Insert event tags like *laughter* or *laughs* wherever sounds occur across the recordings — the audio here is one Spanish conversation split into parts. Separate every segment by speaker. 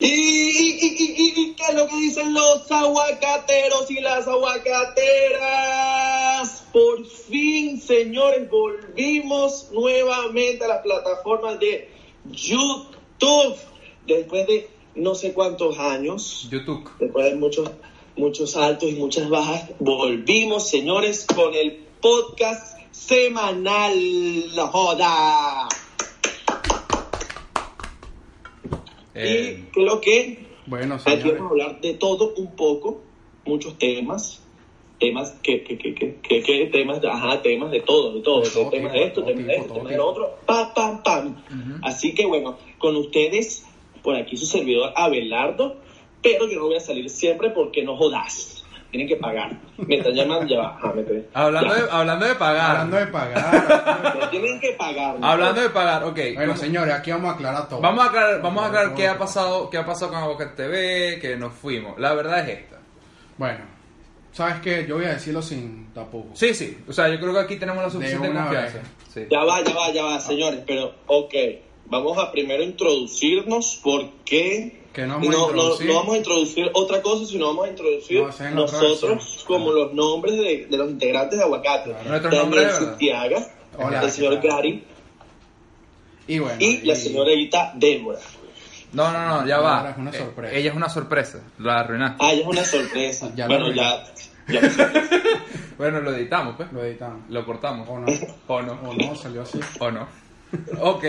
Speaker 1: ¿Y, y, y, y, y qué es lo que dicen los aguacateros y las aguacateras? Por fin, señores, volvimos nuevamente a las plataformas de YouTube. Después de no sé cuántos años,
Speaker 2: YouTube.
Speaker 1: después de muchos, muchos altos y muchas bajas, volvimos, señores, con el podcast semanal. ¡La joda!
Speaker 2: Eh,
Speaker 1: Y creo que
Speaker 2: bueno,
Speaker 1: Aquí
Speaker 2: señores.
Speaker 1: vamos a hablar de todo un poco, muchos temas, temas que, que, que, que, que- que- temas, ajá, temas de todo, de todo,
Speaker 2: De todo
Speaker 1: temas de
Speaker 2: tipo,
Speaker 1: esto,
Speaker 2: todo
Speaker 1: temas de
Speaker 2: tipo,
Speaker 1: esto,
Speaker 2: todo
Speaker 1: temas de
Speaker 2: tipo.
Speaker 1: lo otro, pam, pam, pam.
Speaker 2: Ujú.
Speaker 1: Así que bueno, con ustedes, por aquí su servidor Abelardo, pero yo no voy a salir siempre porque no jodas, tienen que pagar. Me están llamando, ya va, ajá, me te-
Speaker 2: Hablando,
Speaker 1: ya.
Speaker 2: de, hablando de pagar.
Speaker 3: Hablando de pagar.
Speaker 1: Me tienen que pagar. ¿no?
Speaker 2: Hablando de pagar, ok.
Speaker 3: bueno,
Speaker 2: vamos-
Speaker 3: señores, aquí vamos a aclarar todo.
Speaker 2: Vamos a aclarar, vamos a aclarar
Speaker 3: Todo.
Speaker 2: qué ha pasado, qué ha pasado con Aguacate TV, que nos fuimos. La verdad es esta.
Speaker 3: Bueno, ¿sabes qué? Yo voy a decirlo sin tapujos.
Speaker 2: Sí, sí. O sea, yo creo que aquí tenemos la suficiente
Speaker 3: una
Speaker 2: confianza.
Speaker 3: vez.
Speaker 2: Sí.
Speaker 1: Ya va, ya va, ya va, señores, pero ok, vamos a primero introducirnos porque
Speaker 3: Que no vamos a introducir.
Speaker 1: no vamos a introducir otra cosa, sino vamos a introducir
Speaker 3: No, esa es la otra
Speaker 1: nosotros
Speaker 3: versión.
Speaker 1: como los nombres de, de los integrantes de Aguacate.
Speaker 3: Claro.
Speaker 2: Nuestros
Speaker 1: Daniel
Speaker 2: nombres, de verdad.
Speaker 1: Santiago,
Speaker 3: Hola,
Speaker 1: el
Speaker 3: ¿qué
Speaker 1: señor
Speaker 3: tal?
Speaker 1: Gary
Speaker 3: Y bueno.
Speaker 1: y la
Speaker 3: y-
Speaker 1: señorita Débora.
Speaker 2: No, no, no, ya
Speaker 3: Ahora
Speaker 2: va.
Speaker 3: es una
Speaker 2: Eh,
Speaker 3: sorpresa.
Speaker 2: Ella es una sorpresa. La arruinaste.
Speaker 1: Ah, ya es una sorpresa.
Speaker 3: *laughs* Ya
Speaker 1: bueno,
Speaker 3: lo
Speaker 1: ya, ya.
Speaker 2: Bueno, lo editamos, pues.
Speaker 3: Lo editamos.
Speaker 2: Lo cortamos.
Speaker 3: O no.
Speaker 2: O no.
Speaker 3: O no, salió así.
Speaker 2: ¿O no? ok.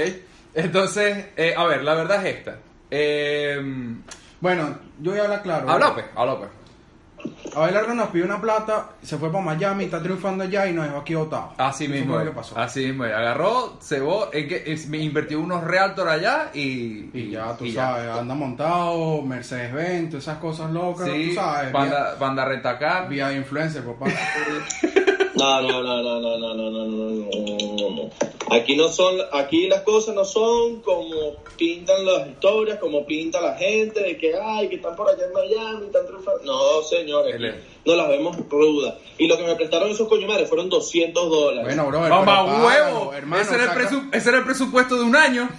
Speaker 2: Entonces, eh, a ver, la verdad es esta. Eh,
Speaker 3: Bueno, yo voy a hablar claro.
Speaker 2: habla, pues, habla, pues.
Speaker 3: Abelardo nos pidió una plata, se fue para Miami, está triunfando allá y nos dejó aquí botados.
Speaker 2: Así
Speaker 3: Eso
Speaker 2: Ah, mismo.
Speaker 3: fue
Speaker 2: es.
Speaker 3: lo que pasó.
Speaker 2: Así mismo. es. Agarró, cebó, es que es- me invirtió unos realtor allá y.
Speaker 3: Y ya, tú
Speaker 2: y
Speaker 3: sabes, anda montado, Mercedes-Benz, todas esas cosas locas,
Speaker 2: Sí,
Speaker 3: tú sabes.
Speaker 2: banda, banda rentacar.
Speaker 3: Vía, vía de influencer,
Speaker 1: *laughs*
Speaker 3: papá.
Speaker 1: No, no, no, no, no, no, no, no, no, no, no, no. Aquí no son, aquí las cosas no son como pintan las historias, como pinta la gente de que ay, que están por allá en Miami, están triunfando. No, señores,
Speaker 2: Ele.
Speaker 1: aquí no las vemos rudas. Y lo que me prestaron esos coño madre fueron 200 dólares.
Speaker 3: Bueno, bro,
Speaker 2: ¡Mamá huevo!
Speaker 3: hermano.
Speaker 2: ese, era el
Speaker 3: saca-
Speaker 2: presu- ese era el presupuesto de un año.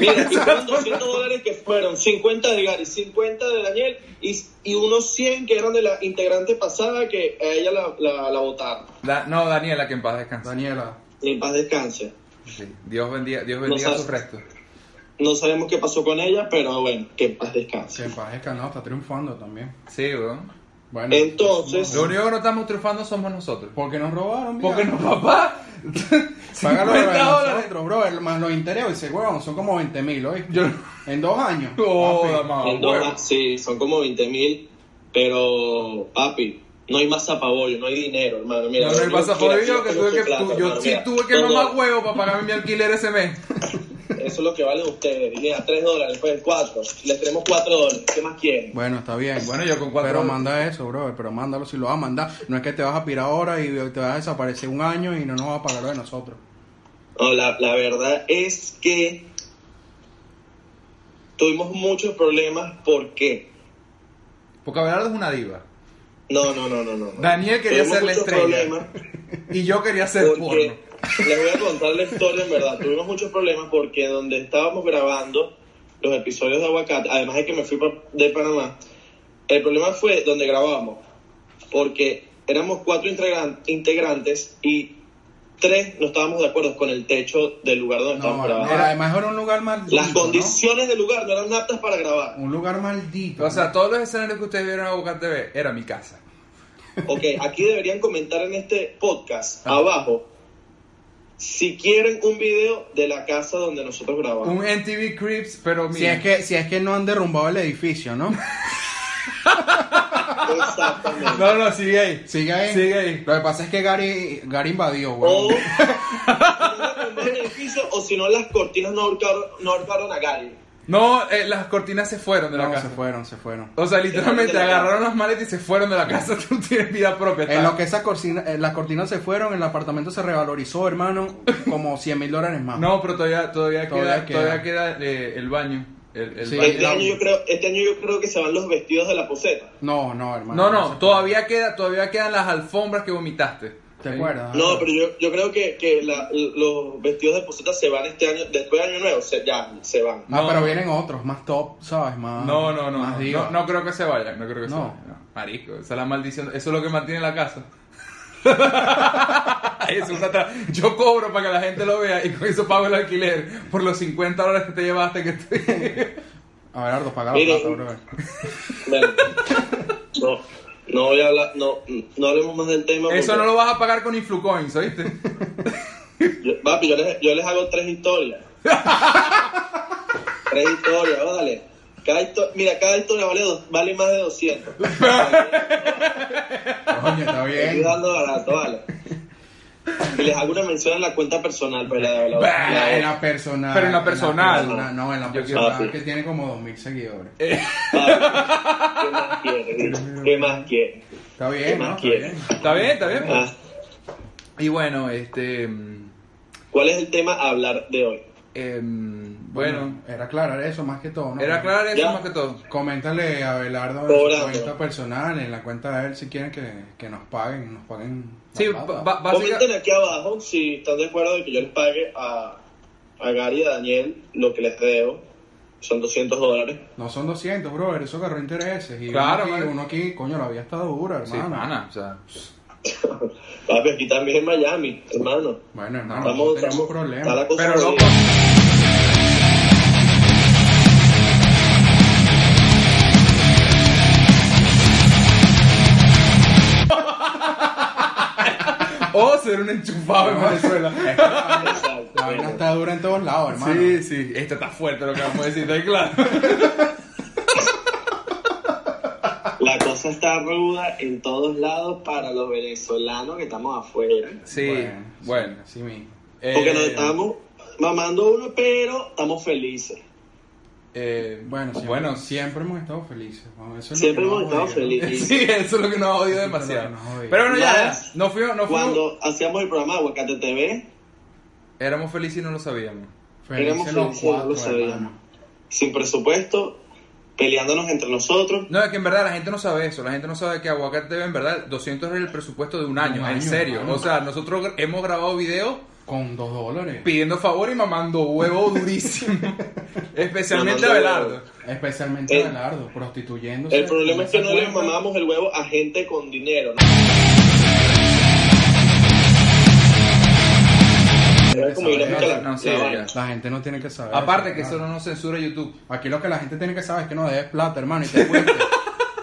Speaker 1: Mira, y fueron 200 dólares que fueron 50 de Gary, 50 de Daniel y, y unos 100 que eran de la integrante pasada que a ella la, la, la votaron.
Speaker 2: Da- no, Daniela, que en paz descanse.
Speaker 3: Daniela,
Speaker 1: Y en paz descanse.
Speaker 2: Sí, Dios bendiga, Dios bendiga
Speaker 1: sabes.
Speaker 2: sus restos.
Speaker 1: No sabemos qué pasó con ella, pero bueno, que en paz descanse.
Speaker 3: que en paz descanse, está triunfando también.
Speaker 2: Sí, weón.
Speaker 3: Bueno,
Speaker 1: Entonces,
Speaker 2: Lo único que no estamos triunfando somos nosotros.
Speaker 3: porque nos robaron, mira.
Speaker 2: Porque no, papá.
Speaker 3: *laughs*
Speaker 2: 50
Speaker 3: Paga los de
Speaker 2: dólares.
Speaker 3: nosotros, brother, más los intereses, huevón, son como 20 mil, ¿oíste? En dos años.
Speaker 2: Joda,
Speaker 3: papi.
Speaker 2: mamá,
Speaker 1: en dólar,
Speaker 2: huevo.
Speaker 1: sí, son como 20 mil, pero papi, no hay más zapabollo, no hay dinero, hermano. Mira,
Speaker 2: No, no,
Speaker 1: lo
Speaker 2: el
Speaker 1: único
Speaker 2: pasa
Speaker 1: que quiero
Speaker 2: jodido
Speaker 1: es
Speaker 2: que
Speaker 1: con
Speaker 2: tuve
Speaker 1: su
Speaker 2: que,
Speaker 1: plata,
Speaker 2: tu-
Speaker 1: hermano,
Speaker 2: yo sí
Speaker 1: mira,
Speaker 2: tuve que
Speaker 1: todo-
Speaker 2: mamar huevo para pagarme mi alquiler ese mes.
Speaker 1: Eso es lo que valen ustedes. Mira, 3 dólares, pues 4. Les tenemos 4 dólares. ¿Qué más quieren?
Speaker 3: Bueno, está bien.
Speaker 2: Bueno, yo con cuatro-
Speaker 3: Pero manda eso, brother, pero mándalo si lo vas a mandar. No es que te vas a pirar ahora y te vas a desaparecer un año y no nos vas a pagar lo de nosotros.
Speaker 1: No, la, la verdad es que tuvimos muchos problemas. ¿Por qué?
Speaker 2: Porque Abelardo es una diva.
Speaker 1: No, no, no, no. no.
Speaker 2: Daniel quería
Speaker 1: Tuvimos
Speaker 2: ser la
Speaker 1: muchos
Speaker 2: estrella.
Speaker 1: problemas.
Speaker 2: Y yo quería hacer porno.
Speaker 1: porque les voy a contar la historia en verdad. Tuvimos muchos problemas porque donde estábamos grabando los episodios de Aguacate, además de que me fui pa- de Panamá, el problema fue donde grabábamos, porque éramos cuatro integran- integrantes y tres no estábamos de acuerdo con el techo del lugar donde
Speaker 3: No,
Speaker 1: estábamos grabando.
Speaker 3: era- además era un lugar maldito.
Speaker 1: Las
Speaker 3: ¿no?
Speaker 1: condiciones del lugar no eran aptas para grabar.
Speaker 3: Un lugar maldito.
Speaker 2: O sea, todos los escenarios que ustedes vieron en Boca TV era mi casa.
Speaker 1: Ok, aquí deberían comentar en este podcast
Speaker 3: Ah.
Speaker 1: abajo si quieren un video de la casa donde nosotros grabamos.
Speaker 2: Un MTV Crips, pero
Speaker 3: si,
Speaker 2: mira.
Speaker 3: es que, si es que no han derrumbado el edificio,
Speaker 2: *laughs*
Speaker 3: ¿no?
Speaker 2: *laughs*
Speaker 1: Exactamente.
Speaker 2: No, no, sigue ahí.
Speaker 3: Sigue ahí.
Speaker 2: Sigue ahí.
Speaker 3: Lo que pasa es que Gary, Gary invadió,
Speaker 1: O,
Speaker 3: huevón.
Speaker 1: si no derrumbó el edificio, o si no, las cortinas no ahorcaron, no ahorcaron a Gary.
Speaker 2: No, eh, las cortinas se fueron de la
Speaker 3: No,
Speaker 2: casa.
Speaker 3: se fueron, se fueron.
Speaker 2: O sea, literalmente
Speaker 1: De la
Speaker 2: agarraron las maletas y se fueron de la casa. *laughs* Tú tienes vida propia.
Speaker 3: En lo que esas cortina- eh, las cortinas se fueron, el apartamento se revalorizó,
Speaker 2: *laughs*
Speaker 3: hermano, como 100 mil dólares más.
Speaker 2: No, pero todavía, todavía,
Speaker 3: Todavía
Speaker 2: queda, todavía
Speaker 3: queda.
Speaker 2: queda eh, el baño. El, el
Speaker 3: Sí.
Speaker 2: baño.
Speaker 1: Este año, yo creo, este año yo creo que se van los vestidos de la poseta.
Speaker 3: no, no, hermano.
Speaker 2: No,
Speaker 3: se
Speaker 2: no,
Speaker 3: fue.
Speaker 2: todavía queda, todavía quedan las alfombras que vomitaste.
Speaker 3: ¿Te
Speaker 2: Ah.
Speaker 3: acuerdas?
Speaker 1: No, pero yo, yo creo que, que la- los vestidos de poseta se van este año, después de Año Nuevo, se, ya, se van.
Speaker 3: Ah,
Speaker 2: No.
Speaker 3: pero vienen otros, más top, ¿sabes? Más,
Speaker 2: No, no, no.
Speaker 3: Ah. más
Speaker 2: No,
Speaker 3: diva.
Speaker 2: no, no creo que se vayan. No creo que se
Speaker 3: No.
Speaker 2: vayan. No, Marico, esa es la maldición. Eso es lo que mantiene la casa. Eso es una tra- Yo cobro para que la gente lo vea y con eso pago el alquiler por los 50 dólares que te llevaste. Que te-
Speaker 3: A ver, Ardo, paga la
Speaker 1: Mire.
Speaker 3: plata, brother.
Speaker 2: *laughs*
Speaker 1: Bueno, no, no voy a hablar, no, no hablemos más del tema.
Speaker 2: Eso
Speaker 1: porque-
Speaker 2: no lo vas a pagar con Influcoins, ¿oíste?
Speaker 1: Yo, papi, yo les, yo les hago tres historias. tres historias, órale. Cada histo- mira, cada historia vale, dos- vale más de 200.
Speaker 3: Coño, está
Speaker 1: Estoy
Speaker 3: bien.
Speaker 1: dando barato, vale. Y les hago una mención en la cuenta personal, pero la de la-
Speaker 2: Bah,
Speaker 1: la-
Speaker 3: En la personal.
Speaker 2: Pero en la
Speaker 3: en
Speaker 2: personal.
Speaker 3: no, en la
Speaker 2: Yo Eh,
Speaker 3: personal
Speaker 1: quiero-
Speaker 3: que tiene como 2.000 seguidores.
Speaker 1: papi, ¿Qué más quieres? ¿Qué más quieres? más
Speaker 3: Está bien, ¿no? Está
Speaker 1: quieres?
Speaker 3: bien.
Speaker 2: Está bien, está bien. pues.
Speaker 1: Ah,
Speaker 2: Y bueno, este. mm,
Speaker 1: ¿Cuál es el tema a hablar de hoy?
Speaker 2: em, bueno,
Speaker 3: Era aclarar eso más que todo, ¿no?
Speaker 2: era claro eso
Speaker 1: Ya.
Speaker 2: más que todo.
Speaker 3: Coméntale a Abelardo en su
Speaker 1: Cobrando.
Speaker 3: cuenta personal, en la cuenta de él, si quieren que, que nos paguen, nos paguen. la
Speaker 2: Sí,
Speaker 3: plata.
Speaker 2: ba- básica-
Speaker 1: Comenten aquí abajo si están de acuerdo de que yo les pague a, a Gary y a Daniel lo que les debo. Son 200 dólares.
Speaker 3: No son 200, brother, eso agarró intereses. Y
Speaker 2: Claro,
Speaker 3: uno aquí,
Speaker 2: vale.
Speaker 3: uno aquí, coño, la vida está dura,
Speaker 2: Sí,
Speaker 3: hermano.
Speaker 2: pana, o sea.
Speaker 1: Papi, aquí también en Miami, hermano.
Speaker 3: Bueno, hermano,
Speaker 1: Estamos,
Speaker 3: no tenemos
Speaker 1: estamos- está
Speaker 3: problemas.
Speaker 1: la cosa
Speaker 2: Pero
Speaker 1: jodida.
Speaker 2: loco. *laughs* O Oh, ser un enchufado en Venezuela.
Speaker 1: Exacto.
Speaker 3: La vida está dura en todos lados, hermano.
Speaker 2: Sí, sí. Esto está fuerte lo que vamos a decir, está claro.
Speaker 1: La cosa está ruda en todos lados para los venezolanos que estamos afuera.
Speaker 2: Sí,
Speaker 3: Bueno,
Speaker 2: bueno.
Speaker 3: sí, así mismo.
Speaker 2: Eh,
Speaker 1: Porque nos estamos mamando uno, pero estamos felices.
Speaker 2: eh,
Speaker 3: Bueno, siempre,
Speaker 2: bueno,
Speaker 3: siempre hemos estado felices. vamos, eso es lo
Speaker 1: Siempre
Speaker 3: que nos
Speaker 1: hemos estado
Speaker 3: jodido.
Speaker 1: felices.
Speaker 2: *laughs* Sí, eso es lo que nos ha jodido demasiado.
Speaker 3: Eso es lo que nos ha jodido.
Speaker 2: Pero bueno, ya,
Speaker 1: Más
Speaker 2: no fuimos, no fuimos.
Speaker 1: Cuando hacíamos el programa Aguacate TV,
Speaker 2: Éramos felices y no lo sabíamos.
Speaker 3: Felices
Speaker 1: Éramos
Speaker 3: los
Speaker 1: felices, lo
Speaker 3: cuatro,
Speaker 1: sabíamos.
Speaker 3: hermano.
Speaker 1: sin presupuesto, peleándonos entre nosotros.
Speaker 2: No, es que en verdad la gente no sabe eso. La gente no sabe que Aguacate TV, en verdad, 200 era el presupuesto de un año.
Speaker 3: Un
Speaker 2: en
Speaker 3: año,
Speaker 2: serio.
Speaker 3: hermano.
Speaker 2: O sea, nosotros gra- hemos grabado videos
Speaker 3: Con dos dólares.
Speaker 2: pidiendo favor y mamando huevo *laughs* durísimo. Especialmente a
Speaker 1: Mamando
Speaker 2: Belardo.
Speaker 1: huevo.
Speaker 3: Especialmente
Speaker 1: El-
Speaker 3: Abelardo, prostituyéndose.
Speaker 1: El problema es que no le
Speaker 3: les
Speaker 1: mamamos el huevo a gente con dinero. ¿no? Es como
Speaker 3: saber,
Speaker 1: dinámica la-
Speaker 2: no sé,
Speaker 1: la
Speaker 2: ya.
Speaker 1: vaina.
Speaker 3: La gente no tiene que saber.
Speaker 2: Aparte que
Speaker 3: hermano.
Speaker 2: eso no nos censura YouTube. *laughs*
Speaker 3: Aquí lo que la gente tiene que saber es que no debes plata, hermano, y te fuiste.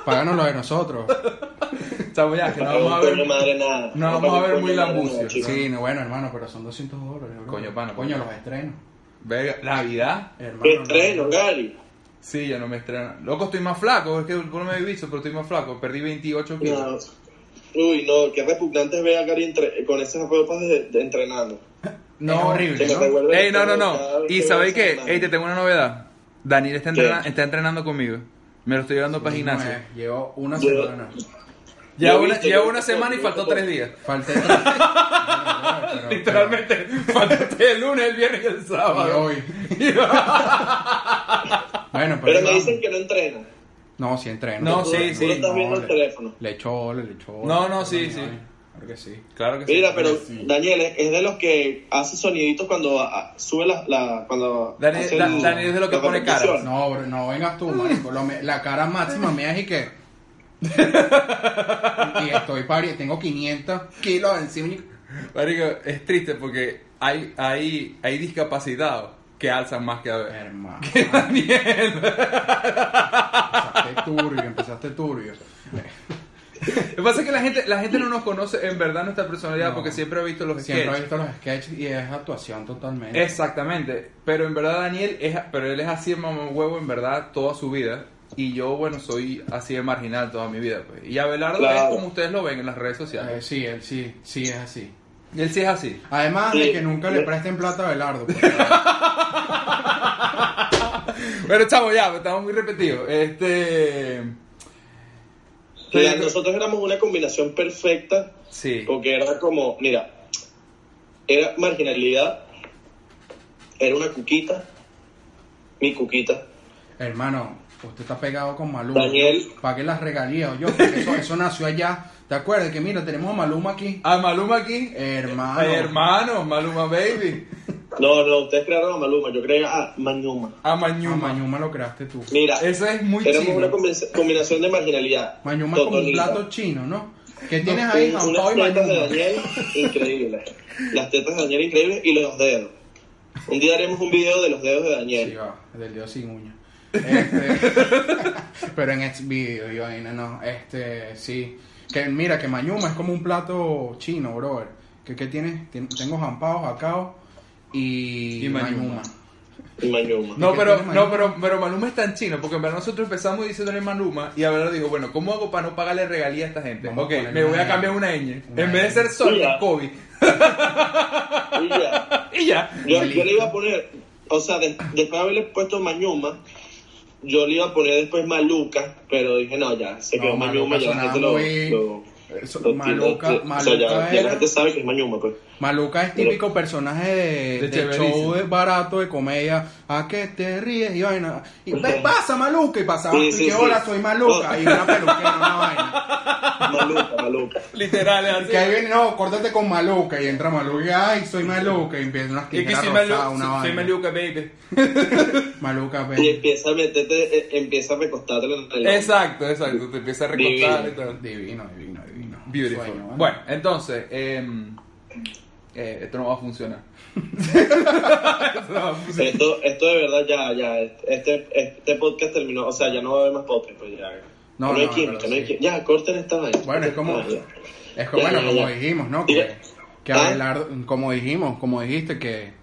Speaker 3: Páganos lo de nosotros.
Speaker 2: Estamos ya, que no
Speaker 1: No
Speaker 2: vamos a
Speaker 1: pagamos coño
Speaker 2: ver.
Speaker 1: madre nada.
Speaker 2: no vamos
Speaker 1: pagamos
Speaker 2: a ver
Speaker 1: coño
Speaker 2: muy
Speaker 1: madre nada,
Speaker 2: lambucio,
Speaker 1: chicos.
Speaker 3: Sí, no, bueno, hermano, pero son 200 dólares. bro.
Speaker 2: Coño, pana,
Speaker 3: Coño,
Speaker 2: pana.
Speaker 3: los estrenos.
Speaker 2: Verga, Navidad.
Speaker 3: Hermano,
Speaker 1: ¿Qué
Speaker 3: no.
Speaker 1: estreno, Gary?
Speaker 2: Sí, ya no me estrena. Loco, estoy más flaco. Es que vos no me habéis visto, pero estoy más flaco. Perdí 28 kilos.
Speaker 1: No. Uy, no, qué repugnante es ver a Gary entre- con esas ropas de, de entrenando.
Speaker 3: No,
Speaker 2: No.
Speaker 3: horrible,
Speaker 1: Se me
Speaker 3: ¿no?
Speaker 1: revuelve
Speaker 2: Ey,
Speaker 1: el
Speaker 2: no, no,
Speaker 1: cuerpo
Speaker 2: no.
Speaker 1: cada vez
Speaker 2: Y
Speaker 1: que
Speaker 2: sabéis
Speaker 1: veo
Speaker 2: que,
Speaker 1: esa
Speaker 2: ey, te
Speaker 1: imagen.
Speaker 2: tengo una novedad. Daniel está,
Speaker 1: ¿Qué?
Speaker 2: entrena- está entrenando conmigo. Me lo estoy llevando para
Speaker 3: Mismo
Speaker 2: gimnasio.
Speaker 3: es, Llevo una
Speaker 1: Yo-
Speaker 3: semana.
Speaker 2: Lleva
Speaker 1: Yo
Speaker 2: una,
Speaker 1: viste,
Speaker 2: lleva
Speaker 1: yo
Speaker 2: una
Speaker 1: viste,
Speaker 2: semana y
Speaker 1: yo
Speaker 2: faltó
Speaker 1: viste.
Speaker 2: tres días.
Speaker 3: Falté tres. Bueno, brother,
Speaker 2: *laughs*
Speaker 3: pero-
Speaker 2: Literalmente, faltaste el lunes, el viernes y el
Speaker 3: pero- Y
Speaker 2: sábado. *laughs*
Speaker 3: hoy. Bueno, pero.
Speaker 1: Pero me
Speaker 3: ahí vamos.
Speaker 1: dicen que no entrena.
Speaker 3: No, sí entreno.
Speaker 2: No,
Speaker 1: Tú-
Speaker 2: sí,
Speaker 1: tú
Speaker 2: sí.
Speaker 1: lo estás viendo
Speaker 3: No,
Speaker 1: el
Speaker 3: le-
Speaker 1: teléfono.
Speaker 3: Le echó ole, le echó ole.
Speaker 2: No, no, sí, sí.
Speaker 3: Claro que sí.
Speaker 2: Claro que sí.
Speaker 1: Mira, pero Daniel es, es de los que hace soniditos cuando a- a- sube la, la- cuando
Speaker 2: Daniel-
Speaker 1: hace
Speaker 2: Da- Daniel es de los que
Speaker 1: la
Speaker 2: pone caras.
Speaker 1: repetición.
Speaker 3: No, bro, no vengas tú, marico. Lo me- la cara máxima mía es y que. y estoy pari, tengo 500 kilos encima. y-
Speaker 2: Marico, es triste porque hay, hay, hay discapacitados que alzan más que a ver.
Speaker 3: Hermano.
Speaker 2: Daniel.
Speaker 3: Empezaste turbio, empezaste turbio.
Speaker 2: Lo que pasa es que la gente, la gente no nos conoce en verdad nuestra personalidad
Speaker 3: No.
Speaker 2: porque siempre ha visto los
Speaker 3: Siempre he
Speaker 2: sketches.
Speaker 3: visto los sketches y es actuación totalmente.
Speaker 2: Exactamente, pero en verdad Daniel es, pero él es así de mamón huevo en verdad toda su vida y yo bueno soy así de marginal toda mi vida pues. y Abelardo
Speaker 1: Claro.
Speaker 2: es como ustedes lo ven en las redes
Speaker 3: Eh,
Speaker 2: sociales
Speaker 3: sí, él sí, sí es así.
Speaker 2: y él sí es así.
Speaker 3: Además de
Speaker 1: Sí.
Speaker 3: que nunca le presten plata a Belardo.
Speaker 1: *laughs*
Speaker 2: Pero chavo ya, estamos muy repetidos. Este,
Speaker 1: Mira, nosotros éramos una combinación perfecta
Speaker 2: sí,
Speaker 1: porque era como, mira, era marginalidad, era una cuquita, mi cuquita.
Speaker 3: Hermano, Usted está pegado con Maluma.
Speaker 1: Daniel.
Speaker 3: ¿Para qué las regalías? Yo, porque eso, eso nació allá. ¿Te acuerdas? Que mira, tenemos a Maluma aquí.
Speaker 2: Ah, Maluma aquí.
Speaker 3: Eh, Hermano.
Speaker 2: Ay, hermano, Maluma Baby.
Speaker 1: No, no, ustedes crearon a Maluma, yo creé a Mañuma.
Speaker 2: A
Speaker 3: A
Speaker 2: Mañuma.
Speaker 3: Mañuma lo creaste tú.
Speaker 1: Mira,
Speaker 2: Eso es muy
Speaker 1: éramos
Speaker 2: chino.
Speaker 1: una combi- combinación de marginalidad.
Speaker 3: Mañuma como un
Speaker 1: totonita.
Speaker 3: plato chino, ¿no? ¿Qué
Speaker 1: Un-
Speaker 3: tienes ahí? Jampao
Speaker 1: Unas
Speaker 3: y
Speaker 1: tetas de
Speaker 3: Mañuma.
Speaker 1: Daniel increíbles. Las tetas de Daniel increíbles y los dedos. Un día haremos un video de los dedos de
Speaker 3: Sí,
Speaker 1: Daniel.
Speaker 3: va, del dios sin uña. Este, *laughs* pero en este video, y vaina, no. Este, sí. Que mira, que Mañuma es como un plato chino, brother. Que, que tienes, Tien- tengo jampaos, acao y,
Speaker 2: Y Mañuma.
Speaker 3: Mañuma.
Speaker 1: Y Mañuma.
Speaker 2: No,
Speaker 3: ¿Qué
Speaker 2: pero,
Speaker 3: tiene Maluma?
Speaker 2: no pero, pero Maluma es tan chino, porque en verdad nosotros empezamos diciéndole Maluma y ahora digo, bueno, ¿cómo hago para no pagarle regalías a esta gente?
Speaker 3: Vamos a
Speaker 2: ok,
Speaker 3: ponerle
Speaker 2: me voy
Speaker 3: una
Speaker 2: a cambiar
Speaker 3: ñ.
Speaker 2: una ñ.
Speaker 3: Una
Speaker 2: en vez de
Speaker 3: ñ.
Speaker 2: ser Sol,
Speaker 1: Mira.
Speaker 2: es Kobe.
Speaker 1: Y ya.
Speaker 2: Y ya.
Speaker 1: Yo, yo le iba a poner, o sea, de- después de haberle puesto Mañuma, yo le iba a poner después Maluca, pero dije, no, ya, se
Speaker 3: No,
Speaker 1: quedó Mañuma,
Speaker 3: Maluca
Speaker 1: ya la gente
Speaker 3: sonaba
Speaker 1: lo...
Speaker 3: muy-
Speaker 1: lo-
Speaker 3: Eso,
Speaker 1: lo-
Speaker 3: Maluca,
Speaker 1: lo- o sea,
Speaker 3: Maluca
Speaker 1: ya, ya
Speaker 3: era-
Speaker 1: la gente sabe que es Mañuma, pues.
Speaker 3: Maluca es típico personaje de,
Speaker 2: De
Speaker 3: de
Speaker 2: Chéverísimo.
Speaker 3: show de barato de comedia. ¿A qué te ríes? Y vaina. Y
Speaker 1: Ujú.
Speaker 3: "Ve, pasa Maluca y pasaba.
Speaker 1: Sí,
Speaker 3: y
Speaker 1: sí,
Speaker 3: que
Speaker 1: sí.
Speaker 3: hola, soy Maluca.
Speaker 1: Oh.
Speaker 3: Y una
Speaker 1: *laughs*
Speaker 3: peluquera, una vaina.
Speaker 1: Maluca, Maluca.
Speaker 2: Literal, es
Speaker 3: Que ahí
Speaker 2: así.
Speaker 3: viene, no, córtate con Maluca. Y entra Maluca y ay, soy Maluca. Y empieza unas
Speaker 2: Y que
Speaker 3: tijeras
Speaker 2: si
Speaker 3: rosadas,
Speaker 2: Malu-
Speaker 3: una
Speaker 2: si- soy
Speaker 3: vaina.
Speaker 2: Maluca Baby.
Speaker 3: Maluca,
Speaker 1: Y
Speaker 3: ve.
Speaker 1: empieza a meterte, eh, empieza a recostarte en el reloj.
Speaker 2: Exacto, exacto. Te empieza a recostar y
Speaker 1: Divino.
Speaker 2: tal.
Speaker 3: Divino, divino, divino.
Speaker 2: Beautiful.
Speaker 3: Sueño, ¿vale?
Speaker 2: bueno, entonces, em, eh, esto no va a
Speaker 3: *laughs*
Speaker 2: funcionar. *laughs* Esto no va a funcionar.
Speaker 1: Esto, esto de verdad ya, ya, este, este podcast terminó, o sea, ya no va a haber más podcast, pues ya.
Speaker 3: No,
Speaker 1: hay
Speaker 3: no,
Speaker 1: química,
Speaker 3: pero
Speaker 1: no hay
Speaker 3: sí.
Speaker 1: química. Ya, corten esta vaina.
Speaker 3: Bueno, es como,
Speaker 1: Corten esta vaina.
Speaker 3: es como,
Speaker 1: Ya,
Speaker 3: bueno,
Speaker 1: ya,
Speaker 3: como
Speaker 1: ya.
Speaker 3: dijimos, ¿no?
Speaker 1: Mira.
Speaker 3: Que, que
Speaker 1: Ah.
Speaker 3: Abelardo, como dijimos, como dijiste, que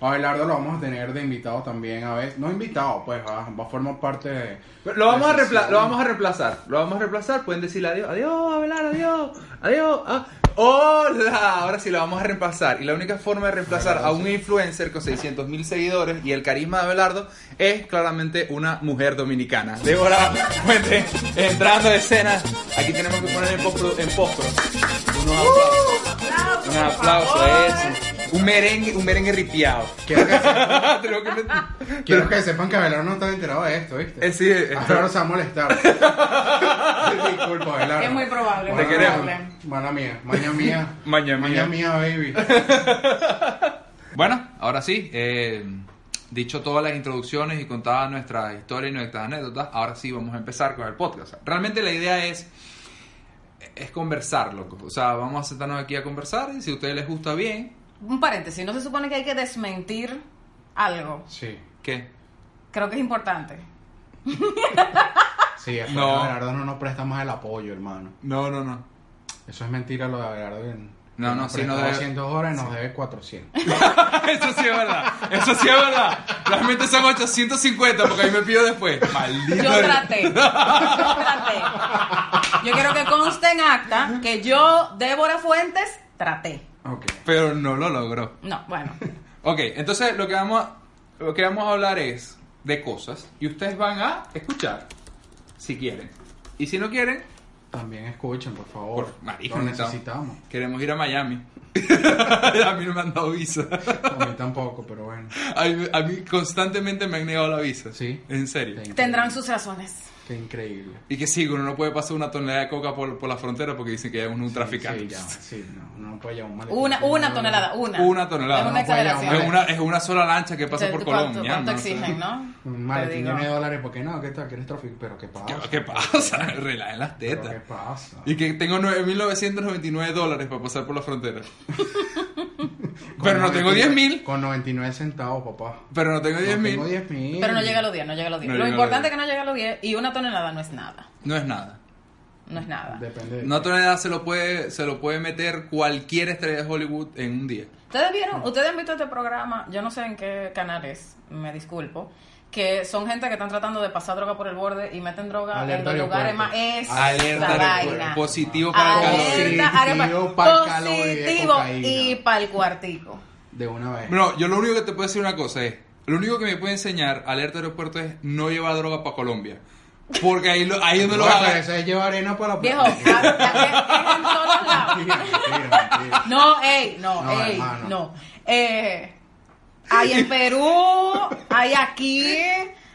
Speaker 3: Abelardo lo vamos a tener de invitado también a veces. No invitado, pues va, va a formar parte de...
Speaker 2: Pero Lo vamos, a
Speaker 3: de-
Speaker 2: repla- lo vamos a reemplazar. Lo vamos a reemplazar. Pueden decirle adiós, adiós, Abelardo, adiós, adiós. ah, ¡Hola! Ahora sí lo vamos a reemplazar. Y la única forma de reemplazar a un influencer con 600 mil seguidores y el carisma de Abelardo es claramente una mujer dominicana. Débora Fuente entrando a escena. Aquí tenemos que poner en postpro. En postpro. Unos aplausos. Un
Speaker 4: aplauso, Uh, por
Speaker 2: aplauso
Speaker 4: favor.
Speaker 2: eso. Un merengue, un merengue ripiado. *laughs*
Speaker 3: Quiero que, *laughs* se-
Speaker 2: Tengo que meter-
Speaker 3: quiero que sepan que Abelardo no está enterado de esto, ¿viste?
Speaker 2: Eh, sí, eh,
Speaker 3: Abelardo se va a
Speaker 2: *laughs*
Speaker 3: molestar. Disculpa, Abelardo.
Speaker 4: Es muy probable,
Speaker 2: Te
Speaker 3: Mala
Speaker 2: queremos.
Speaker 3: mía, Mala mía, maña mía.
Speaker 2: *laughs* Maña mía.
Speaker 3: Maña mía,
Speaker 2: *laughs*
Speaker 3: baby.
Speaker 2: Bueno, ahora sí, eh, dicho todas las introducciones y contadas nuestras historias y nuestras anécdotas, ahora sí vamos a empezar con el podcast. Realmente la idea es es conversar, loco. O sea, vamos a sentarnos aquí a conversar y si a ustedes les gusta bien,
Speaker 4: Un paréntesis, no se supone que hay que desmentir algo.
Speaker 3: Sí.
Speaker 2: ¿qué?
Speaker 4: Creo que es importante.
Speaker 3: Sí, después
Speaker 2: No.
Speaker 3: Abelardo no nos presta más el apoyo, hermano.
Speaker 2: No, no, no.
Speaker 3: Eso es mentira lo de Abelardo. que
Speaker 2: No, no,
Speaker 3: nos
Speaker 2: sí,
Speaker 3: prestó
Speaker 2: nos debe-
Speaker 3: 200 horas y nos debe
Speaker 2: *laughs*
Speaker 3: 400.
Speaker 2: Eso sí es verdad. Eso sí es verdad. Realmente son 850 porque ahí me pido después. Maldito.
Speaker 4: Yo traté. Yo traté. Yo quiero que conste en acta que yo, Débora Fuentes, traté.
Speaker 3: Ok.
Speaker 2: Pero no lo logró.
Speaker 4: No, bueno.
Speaker 2: Ok, entonces lo que vamos a, lo que vamos a hablar es de cosas y ustedes van a escuchar si quieren. Y si no quieren,
Speaker 3: También escuchen, por favor.
Speaker 2: por marico,
Speaker 3: lo
Speaker 2: necesitamos.
Speaker 3: necesitamos.
Speaker 2: Queremos ir a Miami. *laughs* a mí no me han dado visa.
Speaker 3: A mí tampoco, pero bueno.
Speaker 2: A mí, a mí constantemente me han negado la visa.
Speaker 3: Sí.
Speaker 2: En serio.
Speaker 3: Qué
Speaker 4: Tendrán
Speaker 3: increíble.
Speaker 4: sus razones.
Speaker 3: Qué increíble.
Speaker 2: Y que sí, uno no puede pasar una tonelada de coca por, por la frontera porque dicen que es un
Speaker 3: Sí,
Speaker 2: traficante.
Speaker 3: Sí, ya, sí, no, no puede llevar un maletín.
Speaker 4: Una, una tonelada, una.
Speaker 2: Una tonelada.
Speaker 4: Es una
Speaker 2: No,
Speaker 3: pues, ya,
Speaker 4: exageración.
Speaker 2: Es, una, es una sola lancha que pasa por
Speaker 4: ¿Cuánto-
Speaker 2: Colombia.
Speaker 4: ¿Cuánto
Speaker 2: ¿no? O sea,
Speaker 4: exigen, no?
Speaker 3: Un
Speaker 4: Te
Speaker 3: maletín
Speaker 4: digo.
Speaker 3: lleno de dólares, porque no, ¿qué tal? ¿Quieres tráfico? Pero ¿qué pasa?
Speaker 2: ¿Qué, qué pasa? *laughs* Relajen las
Speaker 3: Pero,
Speaker 2: tetas.
Speaker 3: ¿Qué pasa?
Speaker 2: Y que tengo 9.999 dólares para pasar por la frontera. pero no tengo 10.000.
Speaker 3: Con 99 centavos, papá.
Speaker 2: Pero no tengo
Speaker 3: No
Speaker 2: 10.000.
Speaker 3: tengo 10 mil.
Speaker 4: Pero no llega a los 10, no llega a los 10.
Speaker 2: No
Speaker 4: Lo
Speaker 2: llega a los
Speaker 4: importante
Speaker 2: 10.
Speaker 4: es que no llega a los 10 y una tonelada no es nada.
Speaker 2: No es nada.
Speaker 4: No es nada.
Speaker 3: Depende. de-
Speaker 2: Una tonelada se lo puede, se lo puede meter cualquier estrella de Hollywood en un día.
Speaker 4: Ustedes
Speaker 3: Mm.
Speaker 4: vieron, ustedes han visto este programa, yo no sé en qué canales, me disculpo, que son gente que están tratando de pasar droga por el borde y meten droga en
Speaker 3: Alerta
Speaker 4: los lugares
Speaker 3: aeropuerto. Pues,
Speaker 4: más esa
Speaker 2: Alerta
Speaker 4: vaina. Ah,
Speaker 2: positivo para el calor.
Speaker 4: Alerta aeropuerto.
Speaker 3: Positivo pa'l calor y de
Speaker 4: positivo
Speaker 3: cocaína.
Speaker 4: y para el cuartico.
Speaker 3: De una vez.
Speaker 2: No, yo lo único que te puedo decir una cosa es, lo único que me puede enseñar alerta aeropuerto es no llevar droga para Colombia. Porque ahí, lo, ahí donde lo
Speaker 3: Bueno, pero
Speaker 2: hagas.
Speaker 3: eso es llevar arena para la
Speaker 4: Viejo, *laughs* ah. es,
Speaker 3: *laughs*
Speaker 4: es en todos lados.
Speaker 3: Mentira, mentira, mentira.
Speaker 4: No, ey, no,
Speaker 3: No,
Speaker 4: ey,
Speaker 3: hermano.
Speaker 4: no. Eh, hay en Perú, hay aquí,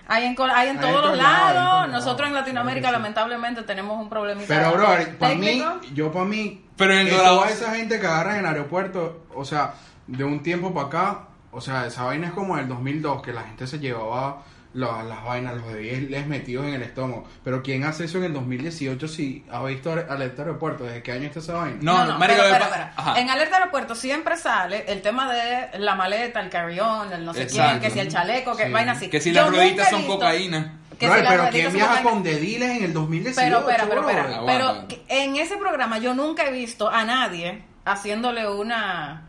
Speaker 4: Hay en, col- hay en
Speaker 3: Hay
Speaker 4: todos
Speaker 3: en
Speaker 4: los
Speaker 3: todos lados,
Speaker 4: lados.
Speaker 3: hay en todos
Speaker 4: Nosotros
Speaker 3: lados.
Speaker 4: en Latinoamérica,
Speaker 3: Claro que sí.
Speaker 4: lamentablemente, tenemos un problemita.
Speaker 3: Pero, bro, para mí,
Speaker 4: técnico.
Speaker 3: yo para mí,
Speaker 2: Pero en el
Speaker 3: que
Speaker 2: Dorado-
Speaker 3: toda esa gente que agarran en el aeropuerto, o sea, de un tiempo para acá, o sea, esa vaina es como del 2002, que la gente se llevaba la- las vainas, los les metidos en el estómago. Pero ¿quién hace eso en el 2018 si ha visto al al este aeropuerto? ¿Desde qué año está esa vaina?
Speaker 2: No, no, marico, lo
Speaker 4: pero,
Speaker 2: que
Speaker 4: pero,
Speaker 2: pa-
Speaker 4: pero.
Speaker 2: ajá.
Speaker 4: En Alerta Aeropuerto siempre sale el tema de la maleta, el carrión, el no sé
Speaker 2: Exacto.
Speaker 4: quién, que si el chaleco, que
Speaker 3: Sí.
Speaker 4: vaina así.
Speaker 2: Que si
Speaker 4: Yo
Speaker 2: las
Speaker 4: nunca he
Speaker 2: rueditas son
Speaker 4: visto
Speaker 2: cocaína.
Speaker 4: que
Speaker 3: Bro,
Speaker 4: si las
Speaker 3: pero
Speaker 4: rueditas
Speaker 3: ¿quién
Speaker 4: son
Speaker 3: viaja
Speaker 4: cocaína.
Speaker 3: con dediles en el 2018?
Speaker 4: Pero, espera, pero,
Speaker 3: bro?
Speaker 4: espera.
Speaker 2: Aguanta.
Speaker 4: Pero que- en ese programa yo nunca he visto a nadie haciéndole una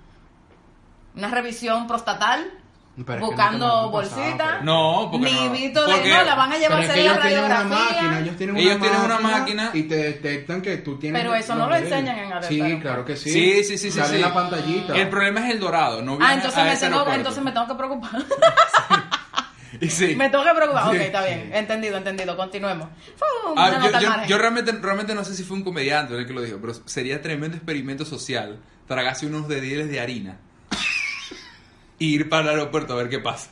Speaker 4: una revisión prostatal,
Speaker 3: Pero es que no te
Speaker 4: buscando
Speaker 3: lo han pasado, pues.
Speaker 4: bolsitas.
Speaker 3: pero-
Speaker 2: No, porque
Speaker 4: Ni
Speaker 2: no.
Speaker 4: Vito
Speaker 2: Porque-
Speaker 4: de no, la van a
Speaker 3: Pero
Speaker 4: llevar a
Speaker 3: es
Speaker 4: hacer
Speaker 3: que
Speaker 4: la
Speaker 3: ellos tienen una máquina,
Speaker 4: radiografía.
Speaker 3: ellos tienen
Speaker 2: Ellos
Speaker 3: una
Speaker 2: tienen una
Speaker 3: máquina,
Speaker 2: máquina.
Speaker 3: y te detectan que tú tienes.
Speaker 4: Pero eso no
Speaker 3: los
Speaker 4: lo
Speaker 3: dediles.
Speaker 4: enseñan en Alerta
Speaker 3: Sí,
Speaker 4: Aeropuerto.
Speaker 3: claro que sí.
Speaker 2: Sí, sí, sí, sí,
Speaker 3: Sale
Speaker 2: sí.
Speaker 3: la pantallita.
Speaker 2: El problema es el dorado, no viene
Speaker 4: Ah, entonces
Speaker 2: a
Speaker 4: me,
Speaker 2: ese
Speaker 4: tengo,
Speaker 2: aeropuerto.
Speaker 4: entonces me tengo que preocupar.
Speaker 2: Y sí.
Speaker 4: *laughs* me tengo que preocupar. Ok,
Speaker 2: Sí,
Speaker 4: está bien.
Speaker 3: sí.
Speaker 4: Entendido, entendido. Continuemos. Fue una
Speaker 2: Ah,
Speaker 4: nota
Speaker 2: yo,
Speaker 4: al
Speaker 2: yo-
Speaker 4: margen.
Speaker 2: yo realmente, realmente no sé si fue un comediante el que lo dijo, pero sería tremendo experimento social tragarse unos dediles de harina y ir para el aeropuerto a ver qué pasa.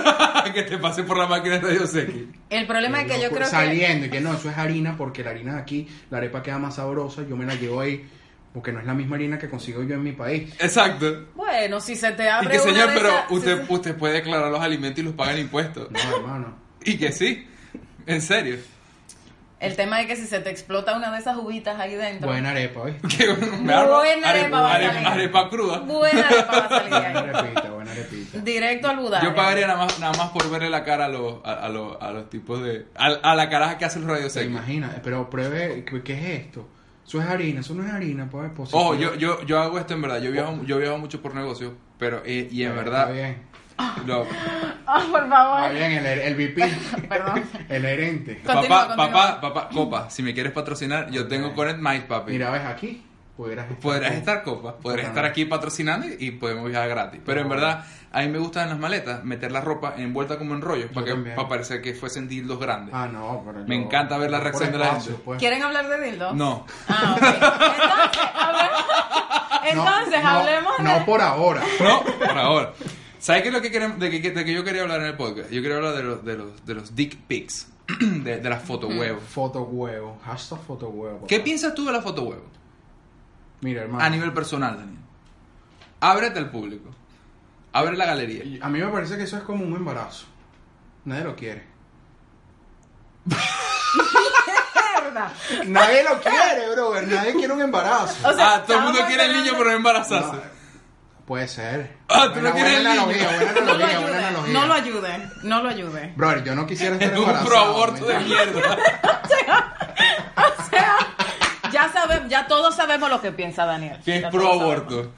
Speaker 2: *laughs* que te pase por la máquina de Radio Seki.
Speaker 4: El problema es que yo creo que...
Speaker 3: Saliendo, y que no, eso es harina, porque la harina de aquí, la arepa queda más sabrosa, yo me la llevo ahí, porque no es la misma harina que consigo yo en mi país.
Speaker 2: Exacto.
Speaker 4: Bueno, si se te
Speaker 2: Y
Speaker 4: abre
Speaker 2: que
Speaker 4: una
Speaker 2: señor,
Speaker 4: de
Speaker 2: pero
Speaker 4: esas- si *laughs*
Speaker 2: usted,
Speaker 4: se-
Speaker 2: usted puede declarar los alimentos y los paga el impuesto.
Speaker 3: No, hermano.
Speaker 2: Y que sí, en serio.
Speaker 4: El tema es que si se te explota una de esas uvitas ahí dentro...
Speaker 3: Buena arepa, ¿viste?
Speaker 2: Que me
Speaker 4: Buena
Speaker 2: arma-
Speaker 4: arepa va a
Speaker 2: arepa-
Speaker 4: salir.
Speaker 2: arepa cruda.
Speaker 4: Buena arepa va
Speaker 2: *laughs*
Speaker 4: a salir de
Speaker 3: Buena
Speaker 4: ahí.
Speaker 3: arepita, buena arepita.
Speaker 4: Directo al Budare.
Speaker 2: Yo pagaría nada más, nada más por verle la cara a los, a, a los, a los tipos de... A, a la caraja que hace los Radio
Speaker 3: Se
Speaker 2: Seki.
Speaker 3: imagina, pero pruebe, ¿qué- ¿qué es esto? Eso es harina, eso no es harina, pues. positivo.
Speaker 2: Ojo, yo, yo, yo hago esto en verdad. Yo viajo, yo viajo mucho por negocios, pero... eh, y en
Speaker 3: Está
Speaker 2: verdad...
Speaker 3: bien.
Speaker 2: lo-
Speaker 4: Ah, por
Speaker 3: Está
Speaker 4: favor.
Speaker 3: bien, el, el VP.
Speaker 4: Perdón.
Speaker 3: El gerente.
Speaker 4: Continúa,
Speaker 2: papá, papá,
Speaker 4: continúa.
Speaker 2: papá, copa, si me quieres patrocinar, yo tengo
Speaker 3: Ok.
Speaker 2: Connect Mic, papi.
Speaker 3: Mira, ves aquí, pudieras estar.
Speaker 2: Podrías
Speaker 3: tú.
Speaker 2: estar, copa, podrías
Speaker 3: Ojalá.
Speaker 2: estar aquí patrocinando y, y podemos viajar gratis. Pero en
Speaker 3: Ojalá.
Speaker 2: verdad, a mí me gustan las maletas meter la ropa envuelta como en rollos
Speaker 3: Yo
Speaker 2: para, que,
Speaker 3: también.
Speaker 2: para parecer que fuesen dildos grandes.
Speaker 3: Ah, no, pero
Speaker 2: Me
Speaker 3: yo-
Speaker 2: encanta ver la
Speaker 3: por
Speaker 2: reacción de la
Speaker 3: espacio,
Speaker 2: gente.
Speaker 3: pues.
Speaker 4: ¿Quieren hablar de dildo?
Speaker 2: No.
Speaker 4: Ah, ok.
Speaker 3: No,
Speaker 4: Entonces, hablemos, entonces,
Speaker 3: no,
Speaker 4: hablemos de...
Speaker 3: No, por ahora.
Speaker 2: No, por ahora. ¿Sabes qué es lo que, queremos, de que, de que yo quería hablar en el podcast? Yo quería hablar de los, de los, de los dick pics, *clears throat* de, de las fotohuevos.
Speaker 3: Foto huevo, hashtag foto huevo. papá.
Speaker 2: ¿Qué piensas tú de las fotohuevos?
Speaker 3: Mira, hermano.
Speaker 2: A nivel personal, Daniel. Ábrete al público. Abre la galería.
Speaker 3: A mí me parece que eso es como un embarazo. Nadie lo quiere. *laughs*
Speaker 4: Mierda.
Speaker 3: Nadie lo quiere, brother. Nadie quiere un embarazo.
Speaker 4: O sea,
Speaker 2: ah, todo el mundo
Speaker 4: estábamos
Speaker 2: quiere el niño,
Speaker 4: hablando-
Speaker 2: pero no embarazarse.
Speaker 3: No, puede ser.
Speaker 2: Ah, tú no quieres el
Speaker 3: buena
Speaker 2: niño.
Speaker 3: analogía, buena
Speaker 4: No lo
Speaker 3: analogía, buena
Speaker 4: ayude,
Speaker 3: analogía.
Speaker 4: no lo ayude, no
Speaker 3: *laughs*
Speaker 4: lo ayude.
Speaker 3: Brother, yo no quisiera estar
Speaker 2: *laughs* Es un
Speaker 3: embarazado.
Speaker 2: proaborto de
Speaker 3: ¿me
Speaker 2: mierda.
Speaker 4: *laughs* O sea, ya sabemos, ya todos sabemos lo que piensa Daniel.
Speaker 2: Que es
Speaker 4: Ya todos sabemos.
Speaker 2: proaborto.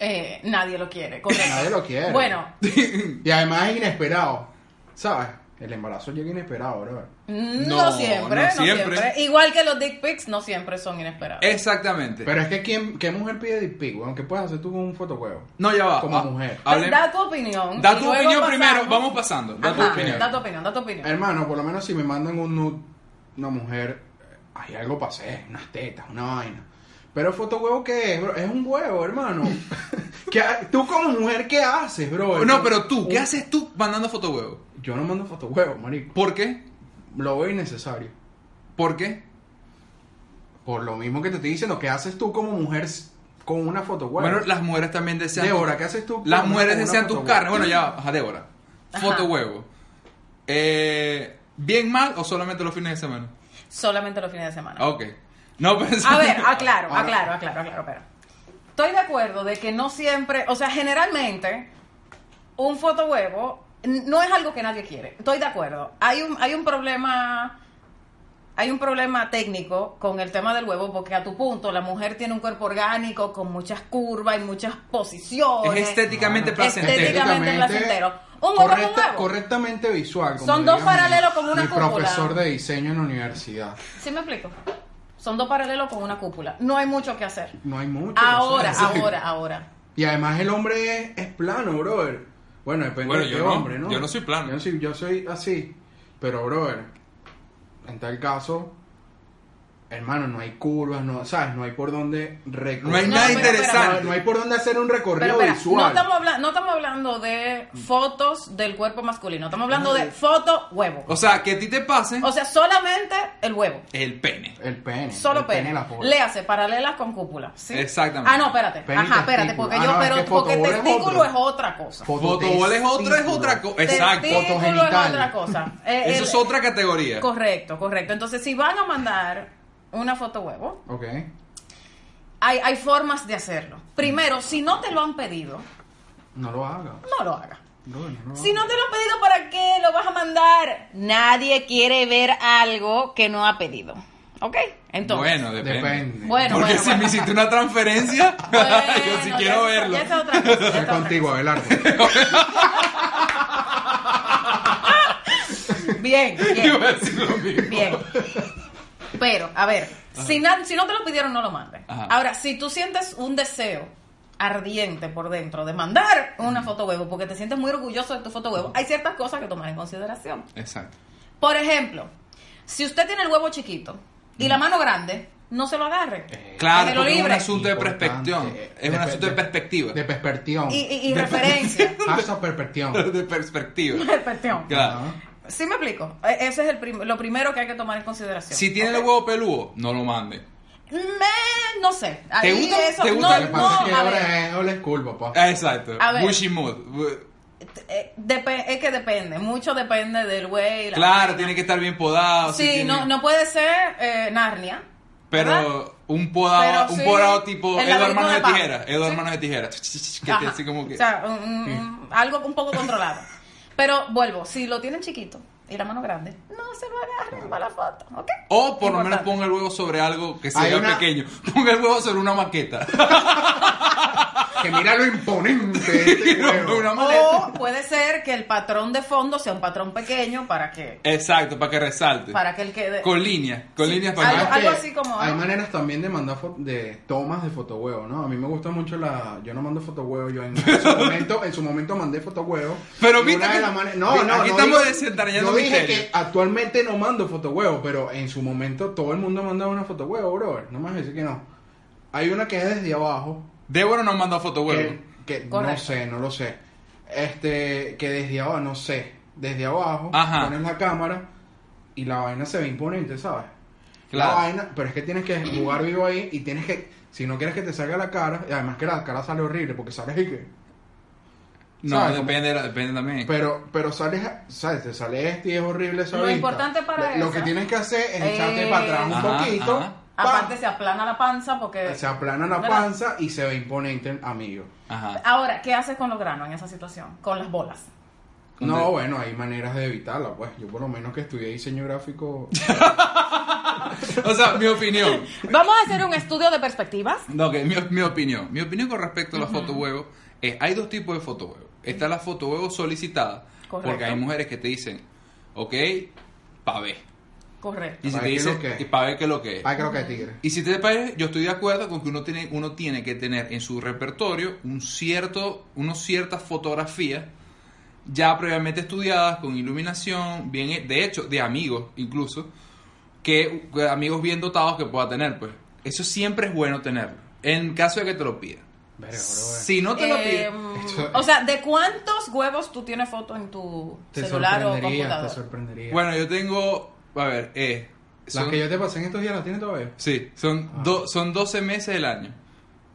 Speaker 4: Eh, nadie lo quiere, correcto.
Speaker 3: Nadie lo quiere.
Speaker 4: Bueno,
Speaker 3: Y además es inesperado. ¿Sabes? El embarazo llega inesperado, brother.
Speaker 4: no,
Speaker 2: No,
Speaker 4: siempre,
Speaker 2: no siempre.
Speaker 4: no,
Speaker 2: Eh,
Speaker 4: siempre. Igual que los dick pics no siempre son inesperados.
Speaker 2: Exactamente.
Speaker 3: Pero es que ¿quién, ¿qué mujer pide dick pic, weón? ¿Qué puedes hacer tú con un fotohuevo?
Speaker 2: No, ya va.
Speaker 3: Como
Speaker 2: Ah,
Speaker 3: mujer.
Speaker 2: hable-
Speaker 4: Pues Da tu opinión.
Speaker 2: Da
Speaker 4: y
Speaker 2: tu
Speaker 4: luego
Speaker 2: opinión
Speaker 4: pasamos-
Speaker 2: primero, vamos pasando. Da tu
Speaker 4: Ajá,
Speaker 2: opinión.
Speaker 4: Da tu opinión, da tu opinión.
Speaker 3: Hermano, por lo menos si me mandan un nude, una mujer, eh, hay algo para hacer, unas tetas, una vaina. Pero fotohuevo, ¿qué es, bro? Es un huevo, hermano.
Speaker 2: *laughs*
Speaker 3: ¿Qué ha- ¿Tú como mujer qué haces, bro?
Speaker 2: No, pero tú, ¿qué
Speaker 3: Un-
Speaker 2: haces tú mandando fotohuevos?
Speaker 3: Yo no mando fotohuevo, marico.
Speaker 2: ¿Por qué?
Speaker 3: Lo veo innecesario.
Speaker 2: ¿Por qué?
Speaker 3: Por lo mismo que te estoy diciendo, ¿qué haces tú como mujer s- con una fotohuevo?
Speaker 2: Bueno, las mujeres también desean.
Speaker 3: Débora, ¿qué haces tú?
Speaker 2: Las
Speaker 3: con-
Speaker 2: mujeres
Speaker 3: con una
Speaker 2: desean tus
Speaker 3: fotohuevo?
Speaker 2: carnes. Bueno, ya, va. ajá, Débora.
Speaker 4: Ajá.
Speaker 2: Foto huevo. Eh, ¿Bien mal o solamente los fines de semana?
Speaker 4: Solamente los fines de semana.
Speaker 2: Ah, ok. *laughs* No, pensé.
Speaker 4: A ver, aclaro,
Speaker 3: Ahora-
Speaker 4: aclaro, aclaro, aclaro, espera. Estoy de acuerdo de que no siempre, o sea, generalmente, un fotohuevo n- no es algo que nadie quiere. Estoy de acuerdo. Hay un, hay un problema. Hay un problema técnico con el tema del huevo porque a tu punto la mujer tiene un cuerpo orgánico con muchas curvas y muchas posiciones.
Speaker 2: Es
Speaker 3: este
Speaker 2: estéticamente
Speaker 3: Bueno,
Speaker 2: placentero.
Speaker 4: Estéticamente placentero. Un huevo
Speaker 3: correcta-
Speaker 4: con huevo.
Speaker 3: Correctamente visual. como
Speaker 4: Son dos
Speaker 3: diría mi-
Speaker 4: paralelos con una
Speaker 3: mi
Speaker 4: cúpula.
Speaker 3: profesor de diseño en la universidad.
Speaker 4: ¿Sí me explico? Son dos paralelos con una cúpula. No hay mucho que hacer.
Speaker 3: No hay mucho.
Speaker 4: Ahora,
Speaker 3: o sea, *laughs* sí.
Speaker 4: ahora, ahora.
Speaker 3: Y además el hombre es, es plano, brother. Bueno, depende
Speaker 2: Bueno,
Speaker 3: de
Speaker 2: yo
Speaker 3: qué
Speaker 2: no.
Speaker 3: hombre, ¿no?
Speaker 2: Yo no soy plano.
Speaker 3: Yo, no soy, yo soy así. Pero, brother, en tal caso, hermano, no hay curvas, no, ¿sabes? No hay por dónde recorrer.
Speaker 2: No hay
Speaker 4: No,
Speaker 2: nada
Speaker 4: pero, pero,
Speaker 2: interesante.
Speaker 3: No, no hay por dónde hacer un recorrido
Speaker 4: Pero espera, no
Speaker 3: visual.
Speaker 4: estamos, habla- no estamos hablando de fotos del cuerpo masculino, estamos hablando de foto huevo.
Speaker 2: O sea, que a ti te pase
Speaker 4: O sea, solamente el huevo.
Speaker 2: el pene.
Speaker 3: El pene.
Speaker 4: Solo
Speaker 3: el pene.
Speaker 4: pene.
Speaker 3: la foto.
Speaker 4: Léase, paralelas con cúpula. ¿sí?
Speaker 2: Exactamente.
Speaker 4: Ah, no, espérate.
Speaker 3: Pene y
Speaker 4: Ajá, espérate,
Speaker 3: testículo.
Speaker 4: porque
Speaker 3: Ah,
Speaker 4: yo,
Speaker 3: no, es
Speaker 4: pero
Speaker 3: que
Speaker 4: porque
Speaker 3: fotobol es
Speaker 4: testículo
Speaker 3: otro.
Speaker 4: es otra cosa.
Speaker 2: Fotobol es otra, es
Speaker 3: Fototestículo.
Speaker 2: otra cosa. Exacto.
Speaker 4: Testículo
Speaker 3: Fotogenital.
Speaker 4: es
Speaker 3: *laughs*
Speaker 4: otra cosa. Eh,
Speaker 2: Eso
Speaker 4: el-
Speaker 2: es otra categoría.
Speaker 4: Correcto, correcto. Entonces, si van a mandar una foto huevo,
Speaker 3: Ok.
Speaker 4: hay, hay formas de hacerlo. Primero, si no te lo han pedido,
Speaker 3: No lo haga.
Speaker 4: no lo hagas.
Speaker 3: Brother, no lo
Speaker 4: Si
Speaker 3: haga.
Speaker 4: no te lo han pedido, ¿para qué lo vas a mandar? Nadie quiere ver algo que no ha pedido. ¿Ok? Entonces.
Speaker 2: bueno, depende.
Speaker 3: Depende.
Speaker 4: Bueno,
Speaker 2: Porque
Speaker 4: bueno,
Speaker 2: si
Speaker 4: bueno.
Speaker 2: me hiciste una transferencia, *laughs* yo sí
Speaker 4: Bueno,
Speaker 2: quiero
Speaker 4: ya-
Speaker 2: verlo. *laughs*
Speaker 4: ya esa es otra cosa, ya esa
Speaker 3: Estoy
Speaker 4: es otra
Speaker 3: contigo, Abelardo.
Speaker 4: cosa. Bien,
Speaker 2: *laughs*
Speaker 4: bien.
Speaker 2: Iba a decir lo mismo.
Speaker 4: Bien. Pero, a ver, si, na- si no te lo pidieron, no lo mandes.
Speaker 2: Ajá.
Speaker 4: Ahora, si tú sientes un deseo ardiente por dentro de mandar una foto huevo porque te sientes muy orgulloso de tu foto huevo, hay ciertas cosas que tomar en consideración.
Speaker 2: Exacto.
Speaker 4: Por ejemplo, si usted tiene el huevo chiquito y la mano grande, no se lo agarre.
Speaker 2: Claro,
Speaker 4: Déjelo
Speaker 2: porque es un
Speaker 4: libre.
Speaker 2: asunto de
Speaker 3: Importante.
Speaker 2: perspectiva. Es un
Speaker 3: pe-
Speaker 2: asunto de perspectiva.
Speaker 3: De perspectiva.
Speaker 4: Y, y- y *laughs* referencia.
Speaker 3: Hasta
Speaker 2: *laughs*
Speaker 3: perspectiva.
Speaker 2: De perspectiva.
Speaker 4: Perfección.
Speaker 2: *laughs* Claro.
Speaker 4: ¿Sí me explico? E- Ese es el prim- lo primero que hay que tomar en consideración.
Speaker 2: Si tiene el huevo peludo, no lo mande.
Speaker 4: Me- no sé. Ahí
Speaker 2: gusta?
Speaker 4: eso-
Speaker 2: ¿Te
Speaker 4: no,
Speaker 2: gusta?
Speaker 3: Lo que
Speaker 4: no,
Speaker 3: pasa es que
Speaker 4: a ver.
Speaker 3: ahora es pues. old school, papá.
Speaker 2: Ah, Exacto.
Speaker 4: A ver.
Speaker 2: Bushy mood. Bu-
Speaker 4: Eh, depe- es que depende, mucho depende del güey. la
Speaker 2: Claro,
Speaker 4: vaina.
Speaker 2: tiene que estar bien podado.
Speaker 4: Sí,
Speaker 2: tiene-
Speaker 4: no, no puede ser eh, Narnia. ¿verdad?
Speaker 2: Pero un podado,
Speaker 4: Pero
Speaker 2: un
Speaker 4: sí,
Speaker 2: podado tipo
Speaker 4: el
Speaker 2: Eduardo
Speaker 4: ladrillo
Speaker 2: Manos
Speaker 4: de
Speaker 2: de
Speaker 4: palo.
Speaker 2: Tijera. Eduardo
Speaker 4: Sí.
Speaker 2: Manos de Tijera. Que te-
Speaker 4: Ajá.
Speaker 2: así como que.
Speaker 4: O sea, un- un- un- algo un poco controlado. Pero vuelvo, si lo tienen chiquito y la mano grande, no se lo agarren para la foto, ¿ok?
Speaker 2: O por lo menos
Speaker 4: Importante.
Speaker 2: ponga el huevo sobre algo que se
Speaker 3: Hay
Speaker 2: vea
Speaker 3: una-
Speaker 2: pequeño. *laughs* Ponga el huevo sobre una maqueta. *laughs*
Speaker 3: Que mira lo imponente.
Speaker 2: *laughs*
Speaker 3: de este huevo.
Speaker 2: una maleta.
Speaker 4: O puede ser que el patrón de fondo sea un patrón pequeño para que,
Speaker 2: Exacto, para que resalte.
Speaker 4: para que él quede.
Speaker 2: Este, Con líneas, con líneas para
Speaker 4: Algo-
Speaker 2: que-
Speaker 3: Además que
Speaker 4: así como,
Speaker 3: Hay
Speaker 2: ¿eh?
Speaker 4: ¿no?
Speaker 3: maneras también de mandar fo- de tomas de fotohuevo, ¿no? A mí me gusta mucho la. Yo no mando fotohuevo, yo en, en
Speaker 2: *laughs*
Speaker 3: su momento, en su momento mandé fotohuevo.
Speaker 2: Pero
Speaker 3: Y
Speaker 2: viste
Speaker 3: una de
Speaker 2: que-
Speaker 3: las mane- No,
Speaker 2: vi-
Speaker 3: no,
Speaker 2: aquí
Speaker 3: no
Speaker 2: estamos
Speaker 3: digo-
Speaker 2: desentrañando
Speaker 3: Yo dije
Speaker 2: misterios.
Speaker 3: que actualmente no mando fotohuevo, pero en su momento todo el mundo mandaba una fotohuevo, brother. No me vas a decir que no. Hay una que es desde abajo,
Speaker 2: Débora nos mandó foto huevo.
Speaker 3: que, que no
Speaker 4: Correcto.
Speaker 3: sé, no lo sé. Este, que desde abajo, no sé, desde abajo
Speaker 2: Ajá.
Speaker 3: pones la cámara y la vaina se ve imponente, ¿sabes?
Speaker 2: Claro.
Speaker 3: La vaina, pero es que tienes que jugar vivo ahí y tienes que, si no quieres que te salga la cara, y además que la cara sale horrible porque sales y que,
Speaker 2: No,
Speaker 3: ¿sabes? Pues-
Speaker 2: depende, depende también.
Speaker 3: pero, pero sales, ¿sabes? Te sale este y es horrible esa
Speaker 4: Lo
Speaker 3: vista.
Speaker 4: importante para
Speaker 3: Lo
Speaker 4: eso-
Speaker 3: que tienes que hacer es echarte
Speaker 4: Eh,
Speaker 3: para atrás un
Speaker 2: Ajá,
Speaker 3: poquito,
Speaker 2: ajá.
Speaker 3: ¡pam!
Speaker 4: Aparte se aplana la panza porque.
Speaker 3: se aplana la
Speaker 4: ¿Verdad?
Speaker 3: panza y se ve imponente, amigo.
Speaker 2: Ajá.
Speaker 4: Ahora, ¿qué haces con los granos en esa situación? Con las bolas.
Speaker 3: No,
Speaker 2: ¿Dónde?
Speaker 3: bueno, hay maneras de evitarla, pues. Yo por lo menos que estudié diseño gráfico.
Speaker 2: O sea, mi opinión.
Speaker 4: Vamos a hacer un estudio de perspectivas.
Speaker 2: No, que mi, mi opinión. Mi opinión con respecto a la foto huevo es, hay dos tipos de foto huevo. Está la foto huevo solicitada,
Speaker 4: Correcto.
Speaker 2: porque hay mujeres que te dicen, ok, pa' ver.
Speaker 4: Correcto.
Speaker 2: Y si
Speaker 3: Pa'
Speaker 2: te
Speaker 3: ver qué es
Speaker 2: dicen,
Speaker 3: lo que es.
Speaker 2: y pa' ver qué es lo que es.
Speaker 3: Ah, creo que hay tigre.
Speaker 2: Y si te parece, yo estoy de acuerdo con que uno tiene, uno tiene que tener en su repertorio un cierto, unos ciertas fotografías ya previamente estudiadas, con iluminación, bien, de hecho, de amigos incluso, que que amigos bien dotados que pueda tener, pues. Eso siempre es bueno tenerlo, en caso de que te lo pida.
Speaker 3: Verga, bro. eh.
Speaker 2: Si no te lo
Speaker 4: Eh,
Speaker 2: pide,
Speaker 3: Esto-
Speaker 4: o sea, ¿de cuántos huevos tú tienes foto en tu
Speaker 3: Te
Speaker 4: celular o
Speaker 3: sorprendería, te
Speaker 4: computador?
Speaker 3: sorprendería.
Speaker 2: bueno, yo tengo, a ver, eh,
Speaker 3: Las
Speaker 2: son-
Speaker 3: que yo te pasé en estos días las tienes todavía.
Speaker 2: Sí, son,
Speaker 3: Ah.
Speaker 2: do- son 12 meses del año.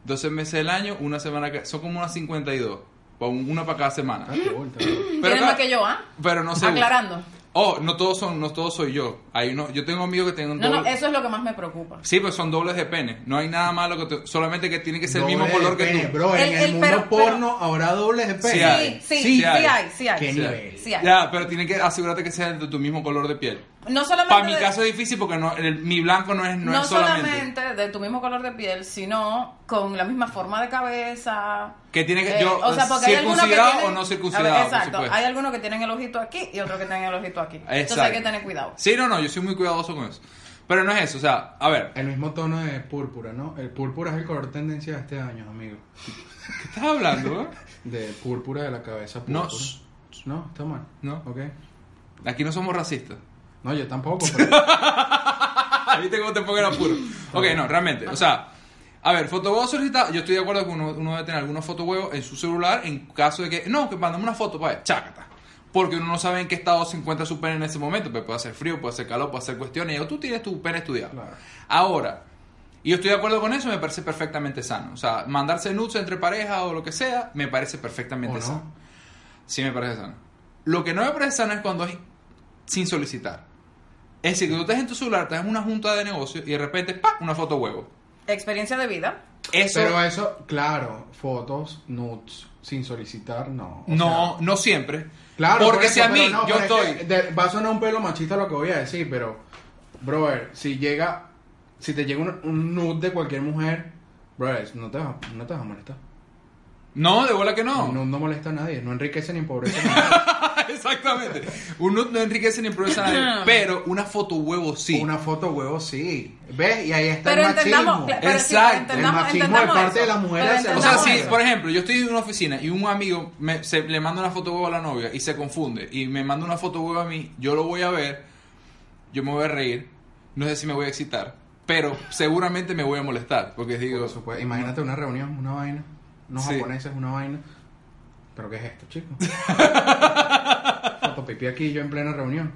Speaker 2: 12 meses del año, una semana que... Son como unas 52. pa- Una para cada semana.
Speaker 3: Ah, qué bulto, bro.
Speaker 2: Pero,
Speaker 4: Tienes
Speaker 2: claro,
Speaker 4: más que yo, ¿ah?
Speaker 2: pero no sé.
Speaker 4: Aclarando.
Speaker 2: Oh, no todos son, no todos soy yo. Hay uno, yo tengo amigos que tienen
Speaker 4: No, no,
Speaker 2: doble-
Speaker 4: eso es lo que más me preocupa.
Speaker 2: Sí, pero son dobles de pene. No hay nada malo que te- solamente que tiene que ser el mismo
Speaker 3: Doble de
Speaker 2: color que
Speaker 3: pene,
Speaker 2: tú.
Speaker 3: Bro,
Speaker 4: El-
Speaker 3: en el,
Speaker 4: el-
Speaker 3: mundo
Speaker 4: pero-
Speaker 3: porno habrá dobles de pene.
Speaker 2: Sí ah. hay.
Speaker 4: Sí, sí,
Speaker 2: Sí
Speaker 4: sí
Speaker 2: hay.
Speaker 4: hay, sí
Speaker 3: Qué
Speaker 4: hay.
Speaker 3: nivel.
Speaker 4: Sí hay.
Speaker 2: Ya, pero tiene que asegurarte que sea de tu mismo color de piel.
Speaker 4: No solamente
Speaker 2: Para mi
Speaker 4: de-
Speaker 2: caso es difícil porque no, el- mi blanco no es, no
Speaker 4: no,
Speaker 2: es solamente.
Speaker 4: solamente de tu mismo color de piel, sino con la misma forma de cabeza.
Speaker 2: Que tiene
Speaker 4: Eh,
Speaker 2: que- yo,
Speaker 4: algunos
Speaker 2: circuncidado o no circuncidado,
Speaker 4: A
Speaker 2: por
Speaker 4: exacto.
Speaker 2: supuesto.
Speaker 4: Hay algunos que tienen el ojito aquí y otros que tienen el ojito aquí. Entonces
Speaker 2: Exacto.
Speaker 4: hay que tener cuidado.
Speaker 2: Sí, no, no, yo soy muy cuidadoso con eso. Pero no es eso, o sea, a ver,
Speaker 3: El mismo tono de púrpura, ¿no? El púrpura es el color tendencia de este año, amigo.
Speaker 2: ¿qué estás hablando? eh?
Speaker 3: De púrpura de la cabeza.
Speaker 2: No,
Speaker 3: Púrpura.
Speaker 2: s-
Speaker 3: No, está mal.
Speaker 2: No.
Speaker 3: Ok.
Speaker 2: aquí no somos racistas. *laughs*
Speaker 3: No, yo tampoco. pero-
Speaker 2: ¿Viste cómo te pongo el apuro? Ok, no, realmente. O sea, a ver, fotobobo solicitado. Yo estoy de acuerdo que uno, uno debe tener algunos fotohuevos en su celular en caso de que. No, que mandame una foto, para chácata. Porque uno no sabe en qué estado se encuentra su pene en ese momento. Pero puede hacer frío, puede hacer calor, puede hacer cuestiones. Y tú tienes tu pene estudiado.
Speaker 3: Claro.
Speaker 2: Ahora, y yo estoy de acuerdo con eso, me parece perfectamente sano. O sea, mandarse nudes entre pareja o lo que sea, me parece perfectamente
Speaker 3: ¿O no?
Speaker 2: sano. Sí, me parece sano. Lo que no me parece sano es cuando es sin solicitar. Es decir, que tú estás en tu celular, estás en una junta de negocio y de repente, ¡pa! una foto huevo.
Speaker 4: Experiencia de vida.
Speaker 2: Eso
Speaker 3: Pero eso, claro, fotos, nudes, sin solicitar, no. O
Speaker 2: no,
Speaker 3: sea,
Speaker 2: no siempre.
Speaker 3: Claro,
Speaker 2: Porque
Speaker 3: por eso,
Speaker 2: si a
Speaker 3: pero
Speaker 2: mí,
Speaker 3: no,
Speaker 2: yo
Speaker 3: pero es
Speaker 2: estoy.
Speaker 3: que eh, de- va a sonar un pelo machista lo que voy a decir, pero, brother, si llega, si te llega un, un nude de cualquier mujer, brother, no te va, no te vas a molestar.
Speaker 2: No, de bola que
Speaker 3: Un
Speaker 2: no.
Speaker 3: nude no molesta a nadie, no enriquece ni empobrece a nadie.
Speaker 2: *laughs* Exactamente. Un nude no enriquece ni improvisa a nadie. Pero una foto huevo sí.
Speaker 3: Una foto huevo, sí. ¿Ves? Y ahí está
Speaker 4: Pero
Speaker 3: el machismo.
Speaker 4: entendamos. cla- pero sí,
Speaker 2: Exacto.
Speaker 4: entendamos-
Speaker 3: El machismo de
Speaker 4: entendamos
Speaker 3: parte
Speaker 4: eso.
Speaker 3: de las mujeres
Speaker 4: Pero
Speaker 3: hacia
Speaker 2: O
Speaker 3: los
Speaker 2: sea,
Speaker 4: entendamos
Speaker 2: si,
Speaker 3: eso.
Speaker 2: por ejemplo, yo estoy en una oficina y un amigo me- se- le manda una foto huevo a la novia y se confunde y me manda una foto huevo a mí, yo lo voy a ver, yo me voy a reír, no sé si me voy a excitar, pero seguramente me voy a molestar, porque digo,
Speaker 3: Por supuesto. Imagínate una reunión, una vaina. Unos
Speaker 2: Sí.
Speaker 3: japoneses, una vaina. ¿Pero qué es esto,
Speaker 2: *laughs*
Speaker 3: chicos? Foto pipí aquí yo en plena reunión.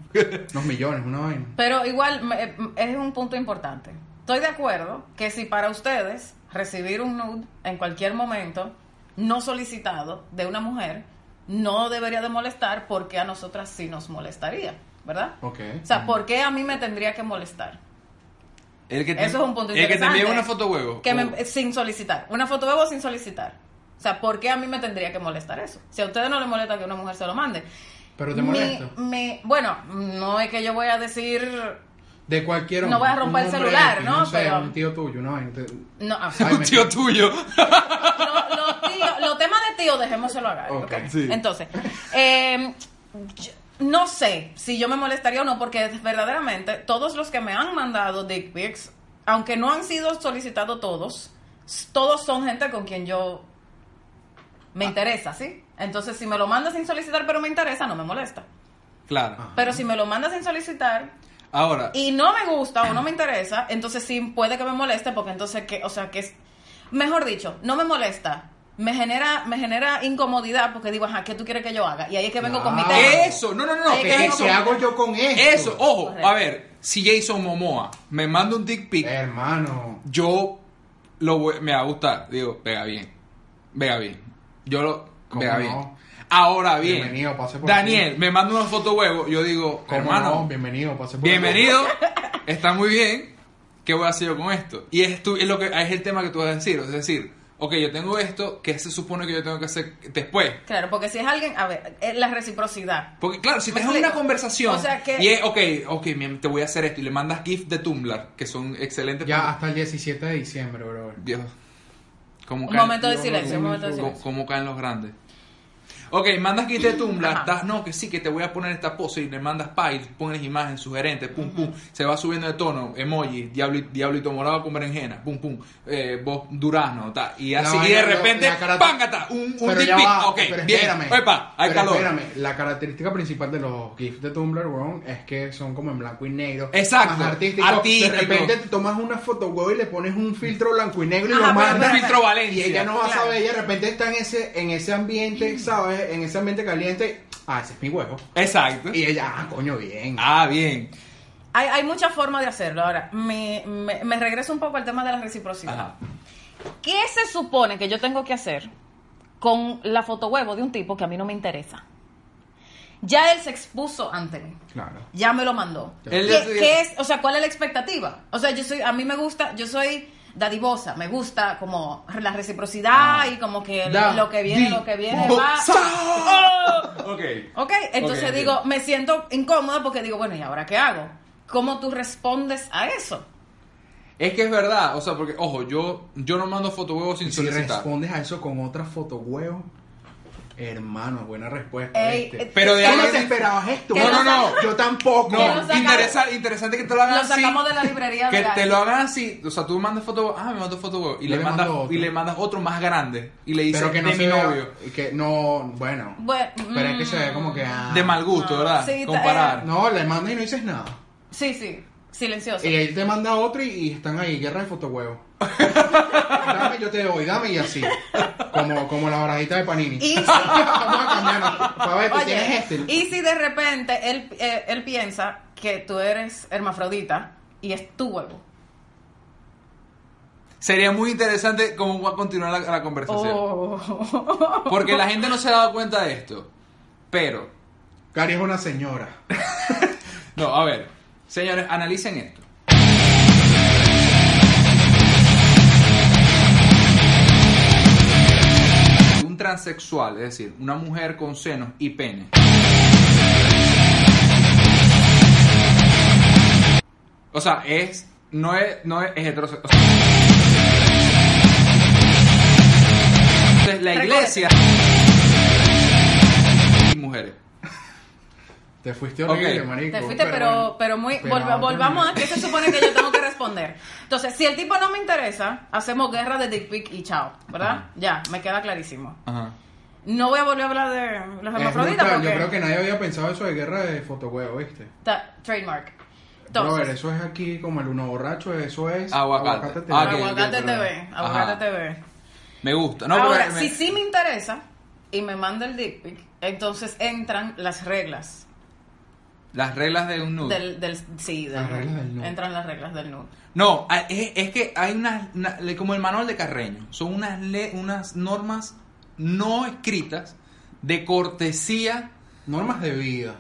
Speaker 3: Unos millones, una vaina.
Speaker 4: Pero igual me- eh, es un punto importante. Estoy de acuerdo que si para ustedes recibir un nude en cualquier momento no solicitado de una mujer no debería de molestar porque a nosotras sí nos molestaría, ¿verdad?
Speaker 3: Ok.
Speaker 4: O sea, ¿por qué a mí me tendría que molestar?
Speaker 2: el que te,
Speaker 4: Eso es un punto
Speaker 2: el que te envía
Speaker 4: interesante.
Speaker 2: una foto huevo. Oh.
Speaker 4: Que me-
Speaker 2: o-
Speaker 4: eh, sin solicitar. Una foto huevo sin solicitar. O sea, ¿por qué a mí me tendría que molestar eso? Si a ustedes no les molesta que una mujer se lo mande.
Speaker 3: Pero te
Speaker 4: Mi-
Speaker 3: molesta.
Speaker 4: mi- bueno, no es que yo voy a decir
Speaker 3: De cualquier
Speaker 4: No voy a romper
Speaker 3: un
Speaker 4: el
Speaker 3: hombre
Speaker 4: celular,
Speaker 3: X,
Speaker 4: ¿no?
Speaker 3: sé,
Speaker 4: Pero-
Speaker 3: un tío tuyo, una vaina. te-
Speaker 4: No, ah,
Speaker 3: Ay,
Speaker 2: un
Speaker 3: me-
Speaker 2: tío tuyo. *laughs*
Speaker 4: lo- los tíos- los temas de tío dejémoselo a Gaby.
Speaker 3: Ok,
Speaker 4: ok.
Speaker 2: sí.
Speaker 4: Entonces, eh, yo- no sé si yo me molestaría o no, porque verdaderamente todos los que me han mandado dick pics, aunque no han sido solicitados todos, s- todos son gente con quien yo me interesa, ¿sí? Entonces, si me lo manda sin solicitar, pero me interesa, no me molesta.
Speaker 2: Claro.
Speaker 3: Ah.
Speaker 4: Pero si me lo manda sin solicitar
Speaker 2: Ahora,
Speaker 4: y no me gusta o no me interesa, entonces sí puede que me moleste porque entonces que, o sea, que es mejor dicho, no me molesta. Me genera me genera incomodidad porque digo, ajá, ¿qué tú quieres que yo haga? Y ahí es que vengo con mi
Speaker 3: Claro.
Speaker 4: tema.
Speaker 3: ¿Qué?
Speaker 2: eso, no, no, no, no,
Speaker 4: Ay,
Speaker 3: ¿Qué,
Speaker 2: eso,
Speaker 3: qué hago yo con esto?
Speaker 2: eso, ojo,
Speaker 4: Correcto.
Speaker 2: a ver, si Jason Momoa me manda un dick pic,
Speaker 3: Hermano.
Speaker 2: yo lo voy- me va a gustar. Digo, pega bien. Pega bien. Yo lo.
Speaker 3: ¿Cómo
Speaker 2: Pega
Speaker 3: no?
Speaker 2: bien. Ahora bien.
Speaker 3: Bienvenido, pase por
Speaker 2: Daniel,
Speaker 3: aquí.
Speaker 2: me manda una foto huevo. Yo digo,
Speaker 3: ¿Cómo
Speaker 2: hermano,
Speaker 3: no? Bienvenido, pase por
Speaker 2: bienvenido. Está muy bien. ¿Qué voy a hacer yo con esto? Y es, tu- es lo que, es el tema que tú vas a decir. Es decir, ok, yo tengo esto. ¿Qué se supone que yo tengo que hacer después?
Speaker 4: Claro, porque si es alguien, a ver, es la reciprocidad.
Speaker 2: Porque claro, si
Speaker 4: Me
Speaker 2: estás en una
Speaker 4: explico.
Speaker 2: conversación
Speaker 4: O sea, que-
Speaker 2: y es, ok, ok, mi- te voy a hacer esto y le mandas GIF de Tumblr, que son excelentes.
Speaker 3: Ya
Speaker 2: para-
Speaker 3: hasta el 17 de diciembre, brother.
Speaker 2: Dios. ¿Cómo
Speaker 4: Un
Speaker 2: caen-
Speaker 4: momento de silencio, un
Speaker 2: ¿Cómo-
Speaker 4: momento de
Speaker 2: cómo-
Speaker 4: silencio.
Speaker 2: ¿Cómo caen los grandes? Ok, mandas
Speaker 3: *clears throat*
Speaker 2: que te tumbla,
Speaker 4: Ajá.
Speaker 2: estás, no, que sí, que te voy a poner esta pose y le mandas pa y pones imagen sugerente, pum, pum, se va subiendo de tono, emoji, diablo, diablito morado con berenjena, pum, pum, eh, vos durano, ta, y así, y
Speaker 3: La
Speaker 2: de
Speaker 3: vaina,
Speaker 2: repente,
Speaker 3: la cara-
Speaker 2: pángata, un, un
Speaker 3: Pero
Speaker 2: dick
Speaker 3: ya
Speaker 2: pic,
Speaker 3: va,
Speaker 2: ok,
Speaker 3: pero
Speaker 2: bien,
Speaker 3: espérame,
Speaker 2: epa, hay
Speaker 3: pero
Speaker 2: calor.
Speaker 3: espérame, la característica principal de los GIFs de Tumblr, weón, es que son como en blanco y negro.
Speaker 2: Exacto,
Speaker 3: Más artísticos.
Speaker 2: artístico.
Speaker 3: De repente te tomas una foto, weón, y le pones un filtro blanco y negro y
Speaker 4: Ajá,
Speaker 3: lo
Speaker 4: pero
Speaker 3: mandas.
Speaker 4: espérame.
Speaker 2: Filtro Valencia. Mm.
Speaker 3: Y ella no va
Speaker 4: Claro.
Speaker 3: a saber, ella de repente está en ese, en ese ambiente, ¿sabes? En ese ambiente caliente. Ah, ese es mi huevo.
Speaker 2: Exacto.
Speaker 3: Y ella, ah, coño, bien.
Speaker 2: Ah, bien.
Speaker 4: Hay, hay muchas formas de hacerlo. Ahora, me, me, me regreso un poco al tema de la reciprocidad.
Speaker 2: Ajá.
Speaker 4: ¿Qué se supone que yo tengo que hacer con la foto huevo de un tipo que a mí no me interesa? Ya él se expuso ante mí.
Speaker 3: Claro.
Speaker 4: ya me lo mandó.
Speaker 2: Él
Speaker 4: ¿Qué,
Speaker 2: ya se-
Speaker 4: qué es? O sea, ¿cuál es la expectativa? O sea, yo soy, a mí me gusta, yo soy dadivosa, me gusta como la reciprocidad
Speaker 2: Ah.
Speaker 4: y como que
Speaker 3: Da-
Speaker 4: lo que viene,
Speaker 3: di-
Speaker 4: lo que viene
Speaker 2: bo-
Speaker 4: va. ¡Oh!
Speaker 2: sa- Ok.
Speaker 4: Ok, entonces
Speaker 2: Ok,
Speaker 4: digo,
Speaker 2: entiendo.
Speaker 4: me siento incómoda porque digo, bueno, ¿y ahora qué hago? ¿Cómo tú respondes a eso?
Speaker 2: Es que es verdad, o sea, porque, ojo, yo, yo no mando fotohuevos sin
Speaker 3: Si
Speaker 2: solicitar.
Speaker 3: respondes a eso con otra foto, huevo, hermano, buena respuesta.
Speaker 4: Ey,
Speaker 3: ¿viste?
Speaker 4: eh,
Speaker 2: Este, Pero de
Speaker 3: ¿Tú
Speaker 2: ahí-
Speaker 3: no te esperabas esto?
Speaker 4: Que
Speaker 2: No,
Speaker 3: weón?
Speaker 2: no, no.
Speaker 3: Yo tampoco.
Speaker 4: Que lo
Speaker 2: No,
Speaker 4: saca-
Speaker 2: interesa- interesante que te lo hagan
Speaker 4: Lo
Speaker 2: así.
Speaker 4: sacamos de la librería
Speaker 2: que
Speaker 4: de
Speaker 2: te
Speaker 4: ahí.
Speaker 2: lo hagan así. O sea, tú mandas foto, ah, me mandas foto y
Speaker 3: Yo
Speaker 2: le,
Speaker 3: le
Speaker 2: mandas
Speaker 3: mando otro.
Speaker 2: y le mandas otro más grande y le dices
Speaker 3: pero que no
Speaker 2: de mi
Speaker 3: se vea-
Speaker 2: novio.
Speaker 3: que no, bueno.
Speaker 4: Bueno,
Speaker 3: pero es que se ve
Speaker 4: mm.
Speaker 3: como que ah,
Speaker 2: De mal gusto,
Speaker 4: Ah,
Speaker 2: ¿verdad?
Speaker 4: sí, ta-
Speaker 2: Comparar.
Speaker 3: No, le mandas y no dices nada.
Speaker 4: Sí, sí. silencioso.
Speaker 3: Y él te manda otro y, y están ahí, guerra de fotohuevos. dame, yo te doy, dame y así. Como, como la barajita de Panini.
Speaker 4: Y-
Speaker 2: *laughs*
Speaker 3: *laughs* Vamos a cambiarnos. Para ver, tú
Speaker 4: Oye,
Speaker 3: tienes este.
Speaker 4: y si de repente él, eh, él piensa que tú eres hermafrodita y es tu huevo.
Speaker 2: Sería muy interesante cómo va a continuar la, la conversación.
Speaker 4: Oh.
Speaker 2: Porque la gente no se ha dado cuenta de esto. Pero,
Speaker 3: Cari es una señora.
Speaker 2: no, a ver, señores, analicen esto. Un transexual, es decir, una mujer con senos y pene. O sea, es. No es, no es, es heterosexual. O sea- Entonces, la
Speaker 4: Recógete.
Speaker 2: iglesia. Y mujeres.
Speaker 3: Te fuiste horrible,
Speaker 2: Ok.
Speaker 3: marico.
Speaker 4: Te fuiste, pero,
Speaker 3: bueno.
Speaker 4: pero muy.
Speaker 3: Pero
Speaker 4: volva-
Speaker 3: ahora-
Speaker 4: volvamos a que se supone que yo tengo que responder. Entonces, si el tipo no me interesa, hacemos guerra de dick pic y chao, ¿verdad? Ya, me queda clarísimo.
Speaker 2: Ajá.
Speaker 4: No voy a volver a hablar de los
Speaker 3: Es
Speaker 4: hermafroditas
Speaker 3: brutal,
Speaker 4: porque.
Speaker 3: Yo creo que nadie había pensado eso de guerra de fotohuevo, ¿viste?
Speaker 4: Ta- trademark.
Speaker 3: Brother,
Speaker 4: Entonces,
Speaker 3: eso es aquí como el uno borracho, eso es.
Speaker 2: Aguacate.
Speaker 3: aguacate
Speaker 2: Ah,
Speaker 3: TV.
Speaker 2: ok,
Speaker 4: aguacate
Speaker 3: brother.
Speaker 4: TV.
Speaker 2: Ajá.
Speaker 4: Aguacate TV.
Speaker 2: Me gusta. No,
Speaker 4: Ahora,
Speaker 2: pero me-
Speaker 4: si sí me interesa y me manda el dick pic, entonces entran las reglas
Speaker 2: Las reglas de un nude.
Speaker 4: del, del sí, del
Speaker 3: Las
Speaker 4: nude.
Speaker 3: reglas del nude.
Speaker 4: Entran las reglas del nude.
Speaker 2: No, a- es, es que hay unas, una- le- como el manual de Carreño, son unas, le- unas normas no escritas de cortesía
Speaker 3: Normas de vida.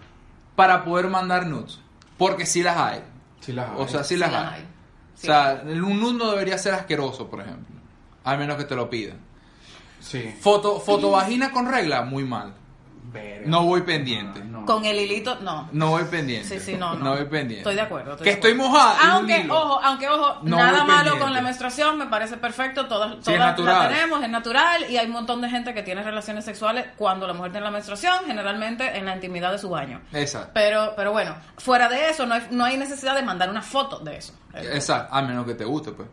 Speaker 2: para poder mandar nudes. Porque sí las hay.
Speaker 3: Si las
Speaker 2: O sea,
Speaker 3: hay.
Speaker 2: sí, las hay.
Speaker 4: Sí.
Speaker 2: O sea, el- un nude no debería ser asqueroso, por ejemplo. Al menos que te lo pidan.
Speaker 3: sí.
Speaker 2: Foto, fotovagina con regla, muy mal.
Speaker 3: Verga.
Speaker 2: No voy pendiente.
Speaker 3: No, no.
Speaker 4: Con el hilito, no.
Speaker 2: No voy pendiente.
Speaker 4: Sí, sí, no, no.
Speaker 2: voy pendiente.
Speaker 4: Estoy de acuerdo. estoy
Speaker 2: que
Speaker 4: de acuerdo.
Speaker 2: estoy mojada. Ah, y un
Speaker 4: Aunque,
Speaker 2: hilo.
Speaker 4: ojo, aunque, ojo,
Speaker 2: No
Speaker 4: nada
Speaker 2: voy
Speaker 4: malo
Speaker 2: pendiente.
Speaker 4: con la menstruación, me parece perfecto. Todas,
Speaker 2: Sí, es
Speaker 4: todas la
Speaker 2: natural.
Speaker 4: tenemos, es natural. Y hay un montón de gente que tiene relaciones sexuales cuando la mujer tiene la menstruación, generalmente en la intimidad de su baño.
Speaker 2: Exacto.
Speaker 4: Pero, pero bueno, fuera de eso, no hay, no hay necesidad de mandar una foto de eso.
Speaker 2: Exacto, a menos que te guste, pues.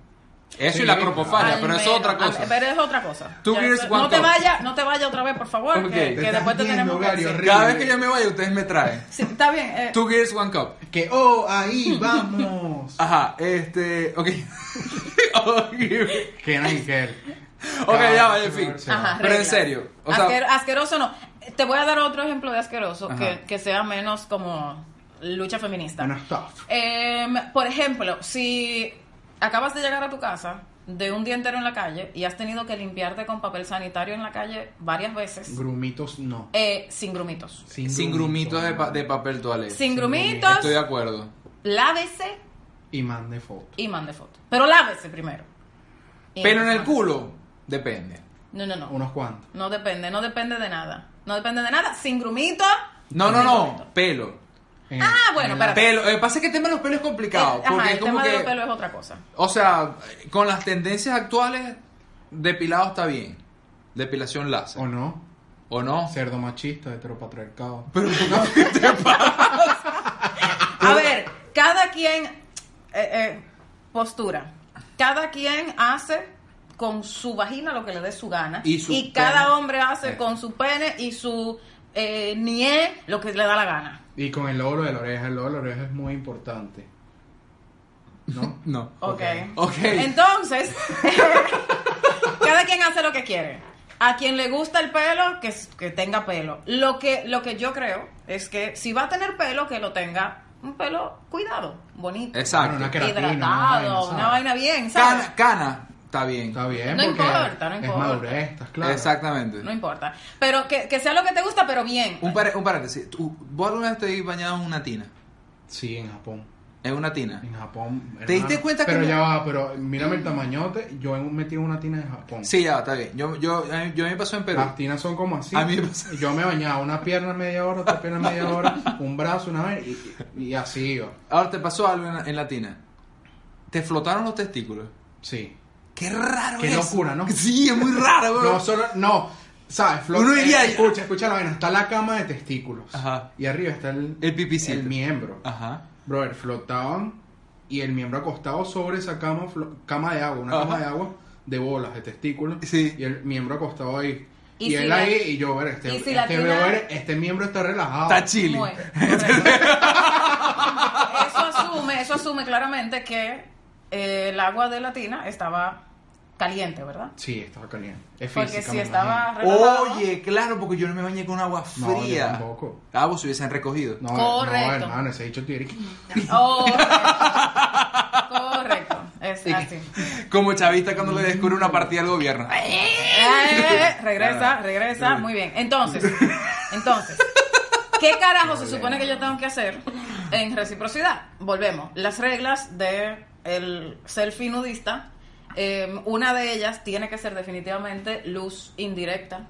Speaker 2: Eso
Speaker 3: Sí,
Speaker 2: y la
Speaker 3: claro.
Speaker 2: cropofagia,
Speaker 4: Al
Speaker 2: pero eso es
Speaker 4: menos,
Speaker 2: otra cosa.
Speaker 4: al- Pero es otra cosa.
Speaker 2: Tú,
Speaker 4: Ya,
Speaker 2: Gears,
Speaker 4: eso- no
Speaker 2: ¿cuánto?
Speaker 4: te vayas, no te vayas otra vez, por favor,
Speaker 2: Ok.
Speaker 4: que-
Speaker 2: Te
Speaker 4: que,
Speaker 3: estás
Speaker 4: después te
Speaker 3: viendo,
Speaker 4: tenemos que
Speaker 3: Gario,
Speaker 4: decir.
Speaker 3: horrible.
Speaker 2: Cada vez que yo me vaya, ustedes me traen.
Speaker 4: Sí, está bien. eh,
Speaker 2: Two Gears, One Cup.
Speaker 3: Que, oh, ahí
Speaker 2: *laughs*
Speaker 3: vamos.
Speaker 2: Ajá, este. Ok. *laughs* ok,
Speaker 3: que Nigel.
Speaker 2: Ok, ya vaya, en fin.
Speaker 4: Ajá,
Speaker 2: Pero en
Speaker 4: reglas.
Speaker 2: serio, o sea-
Speaker 4: Asquer- asqueroso no. Te voy a dar otro ejemplo de asqueroso
Speaker 2: Ajá.
Speaker 4: que, que sea menos como lucha feminista.
Speaker 3: Bueno, stuff.
Speaker 4: Em, por ejemplo, si acabas de llegar a tu casa de un día entero en la calle y has tenido que limpiarte con papel sanitario en la calle varias veces,
Speaker 3: Grumitos no.
Speaker 4: eh, sin grumitos.
Speaker 2: Sin grumitos de, pa- de papel toalete.
Speaker 4: Sin grumitos,
Speaker 2: Estoy de acuerdo.
Speaker 4: lávese
Speaker 3: Y mande foto.
Speaker 4: y mande foto. Pero lávese primero. Y
Speaker 2: Pero en el
Speaker 4: mande-
Speaker 2: culo, depende.
Speaker 4: No, no, no.
Speaker 3: Unos cuantos.
Speaker 4: No depende, no depende de nada. No depende de nada. Sin grumito.
Speaker 2: No, no,
Speaker 4: sin
Speaker 2: no,
Speaker 4: grumito.
Speaker 2: pelo.
Speaker 3: En-
Speaker 4: Ah, bueno,
Speaker 3: Eh, en
Speaker 4: espérate.
Speaker 2: Eh, Pelo, eh, pasa que el tema de los pelos es complicado.
Speaker 4: El- Eh, ajá,
Speaker 2: porque
Speaker 4: el
Speaker 2: es como
Speaker 4: tema
Speaker 2: que.
Speaker 4: de los pelos es otra cosa.
Speaker 2: O sea, con las tendencias actuales, depilado está bien. Depilación
Speaker 3: la-
Speaker 2: láser.
Speaker 3: ¿O no?
Speaker 2: ¿O no?
Speaker 3: Cerdo machista, heteropatriarcado.
Speaker 2: Ah,
Speaker 4: A ver, cada quien, eh, eh, postura, cada quien hace con su vagina lo que le dé su gana.
Speaker 2: Y su
Speaker 4: cada
Speaker 2: pene.
Speaker 4: hombre hace
Speaker 2: Eh.
Speaker 4: con su pene y su eh, nie lo que le da la gana.
Speaker 3: Y con el lóbulo de la oreja. El lóbulo de la oreja es muy importante. ¿No?
Speaker 2: No.
Speaker 4: Ok.
Speaker 2: Ok.
Speaker 3: *laughs*
Speaker 4: Entonces, cada quien hace lo que quiere. A quien le gusta el pelo, que, s- que tenga pelo. Lo que, lo que yo creo es que si va a tener pelo, que lo tenga un pelo cuidado, bonito.
Speaker 2: Exacto.
Speaker 3: Bueno, una que- Queratina, una
Speaker 4: hidratado,
Speaker 3: vaina,
Speaker 4: una vaina bien, ¿sabes?
Speaker 2: Cana, cana, está bien.
Speaker 3: Está bien,
Speaker 4: No
Speaker 3: porque
Speaker 4: importa, no importa.
Speaker 3: es madurez, estás claro.
Speaker 2: Exactamente.
Speaker 4: No importa. Pero que, que sea lo que te gusta, pero bien.
Speaker 2: Un, par- un paréntesis. Tú- ¿Vos alguna vez te has bañado en una tina?
Speaker 3: Sí, en Japón.
Speaker 2: En una tina.
Speaker 3: En Japón.
Speaker 2: ¿Te diste cuenta que
Speaker 3: Pero
Speaker 2: no-
Speaker 3: ya va, pero mírame el tamañote. Yo he metido una tina de Japón.
Speaker 2: Sí, ya, está bien. Yo, yo, a mí- yo a mí me pasó en Perú.
Speaker 3: Las tinas son como así.
Speaker 2: Ah. A mí me pasa-
Speaker 3: Yo me bañaba una pierna media hora, otra pierna media hora,
Speaker 2: *laughs*
Speaker 3: un brazo una vez y, y así iba.
Speaker 2: Ahora te pasó algo en la, en la tina. Te flotaron los testículos.
Speaker 3: Sí.
Speaker 2: Qué raro
Speaker 3: Qué
Speaker 2: es.
Speaker 3: locura, ¿no?
Speaker 2: Sí, es muy raro, güey.
Speaker 3: No, solo, no. ¿Sabes? Flor?
Speaker 2: Uno diría-
Speaker 3: escucha, escucha la vaina. Está la cama de testículos.
Speaker 2: Ajá.
Speaker 3: Y arriba está el,
Speaker 2: El Ah. pipicito.
Speaker 3: el miembro.
Speaker 2: Ajá.
Speaker 3: Brother, flotaban y el miembro acostado sobre esa cama, flo- cama de agua, una
Speaker 2: Ajá.
Speaker 3: cama de agua de bolas, de testículos.
Speaker 2: Sí.
Speaker 3: Y el miembro acostado ahí.
Speaker 4: Y
Speaker 3: Y,
Speaker 4: si
Speaker 3: él
Speaker 4: la-
Speaker 3: ahí y yo, ver, este,
Speaker 4: y si la
Speaker 3: este,
Speaker 4: tina-
Speaker 3: brother, *laughs* este miembro está relajado.
Speaker 2: Está chile.
Speaker 4: Muy, correcto. eso asume, eso eso asume claramente que eh, el agua de la tina estaba caliente, ¿verdad?
Speaker 3: Sí, estaba caliente. Es
Speaker 4: Porque
Speaker 3: física,
Speaker 4: si
Speaker 3: me
Speaker 4: estaba
Speaker 3: imagino.
Speaker 4: relajado,
Speaker 2: Oye, claro, porque yo no me bañé con agua
Speaker 3: No, yo
Speaker 2: fría.
Speaker 3: tampoco.
Speaker 2: Ah, vos se hubiesen recogido.
Speaker 3: No,
Speaker 4: Correcto.
Speaker 3: no, hermano, ese dicho tiene que...
Speaker 4: Oh, *laughs* correcto. Correcto. Es así.
Speaker 2: Como chavista cuando le descubre
Speaker 3: Mm.
Speaker 2: una partida al gobierno.
Speaker 4: Eh, regresa, regresa. Muy bien. Entonces, entonces, ¿qué carajo se supone que yo tengo que hacer en reciprocidad? Volvemos. Las reglas de el selfie nudista. eh, una de ellas tiene que ser definitivamente luz indirecta.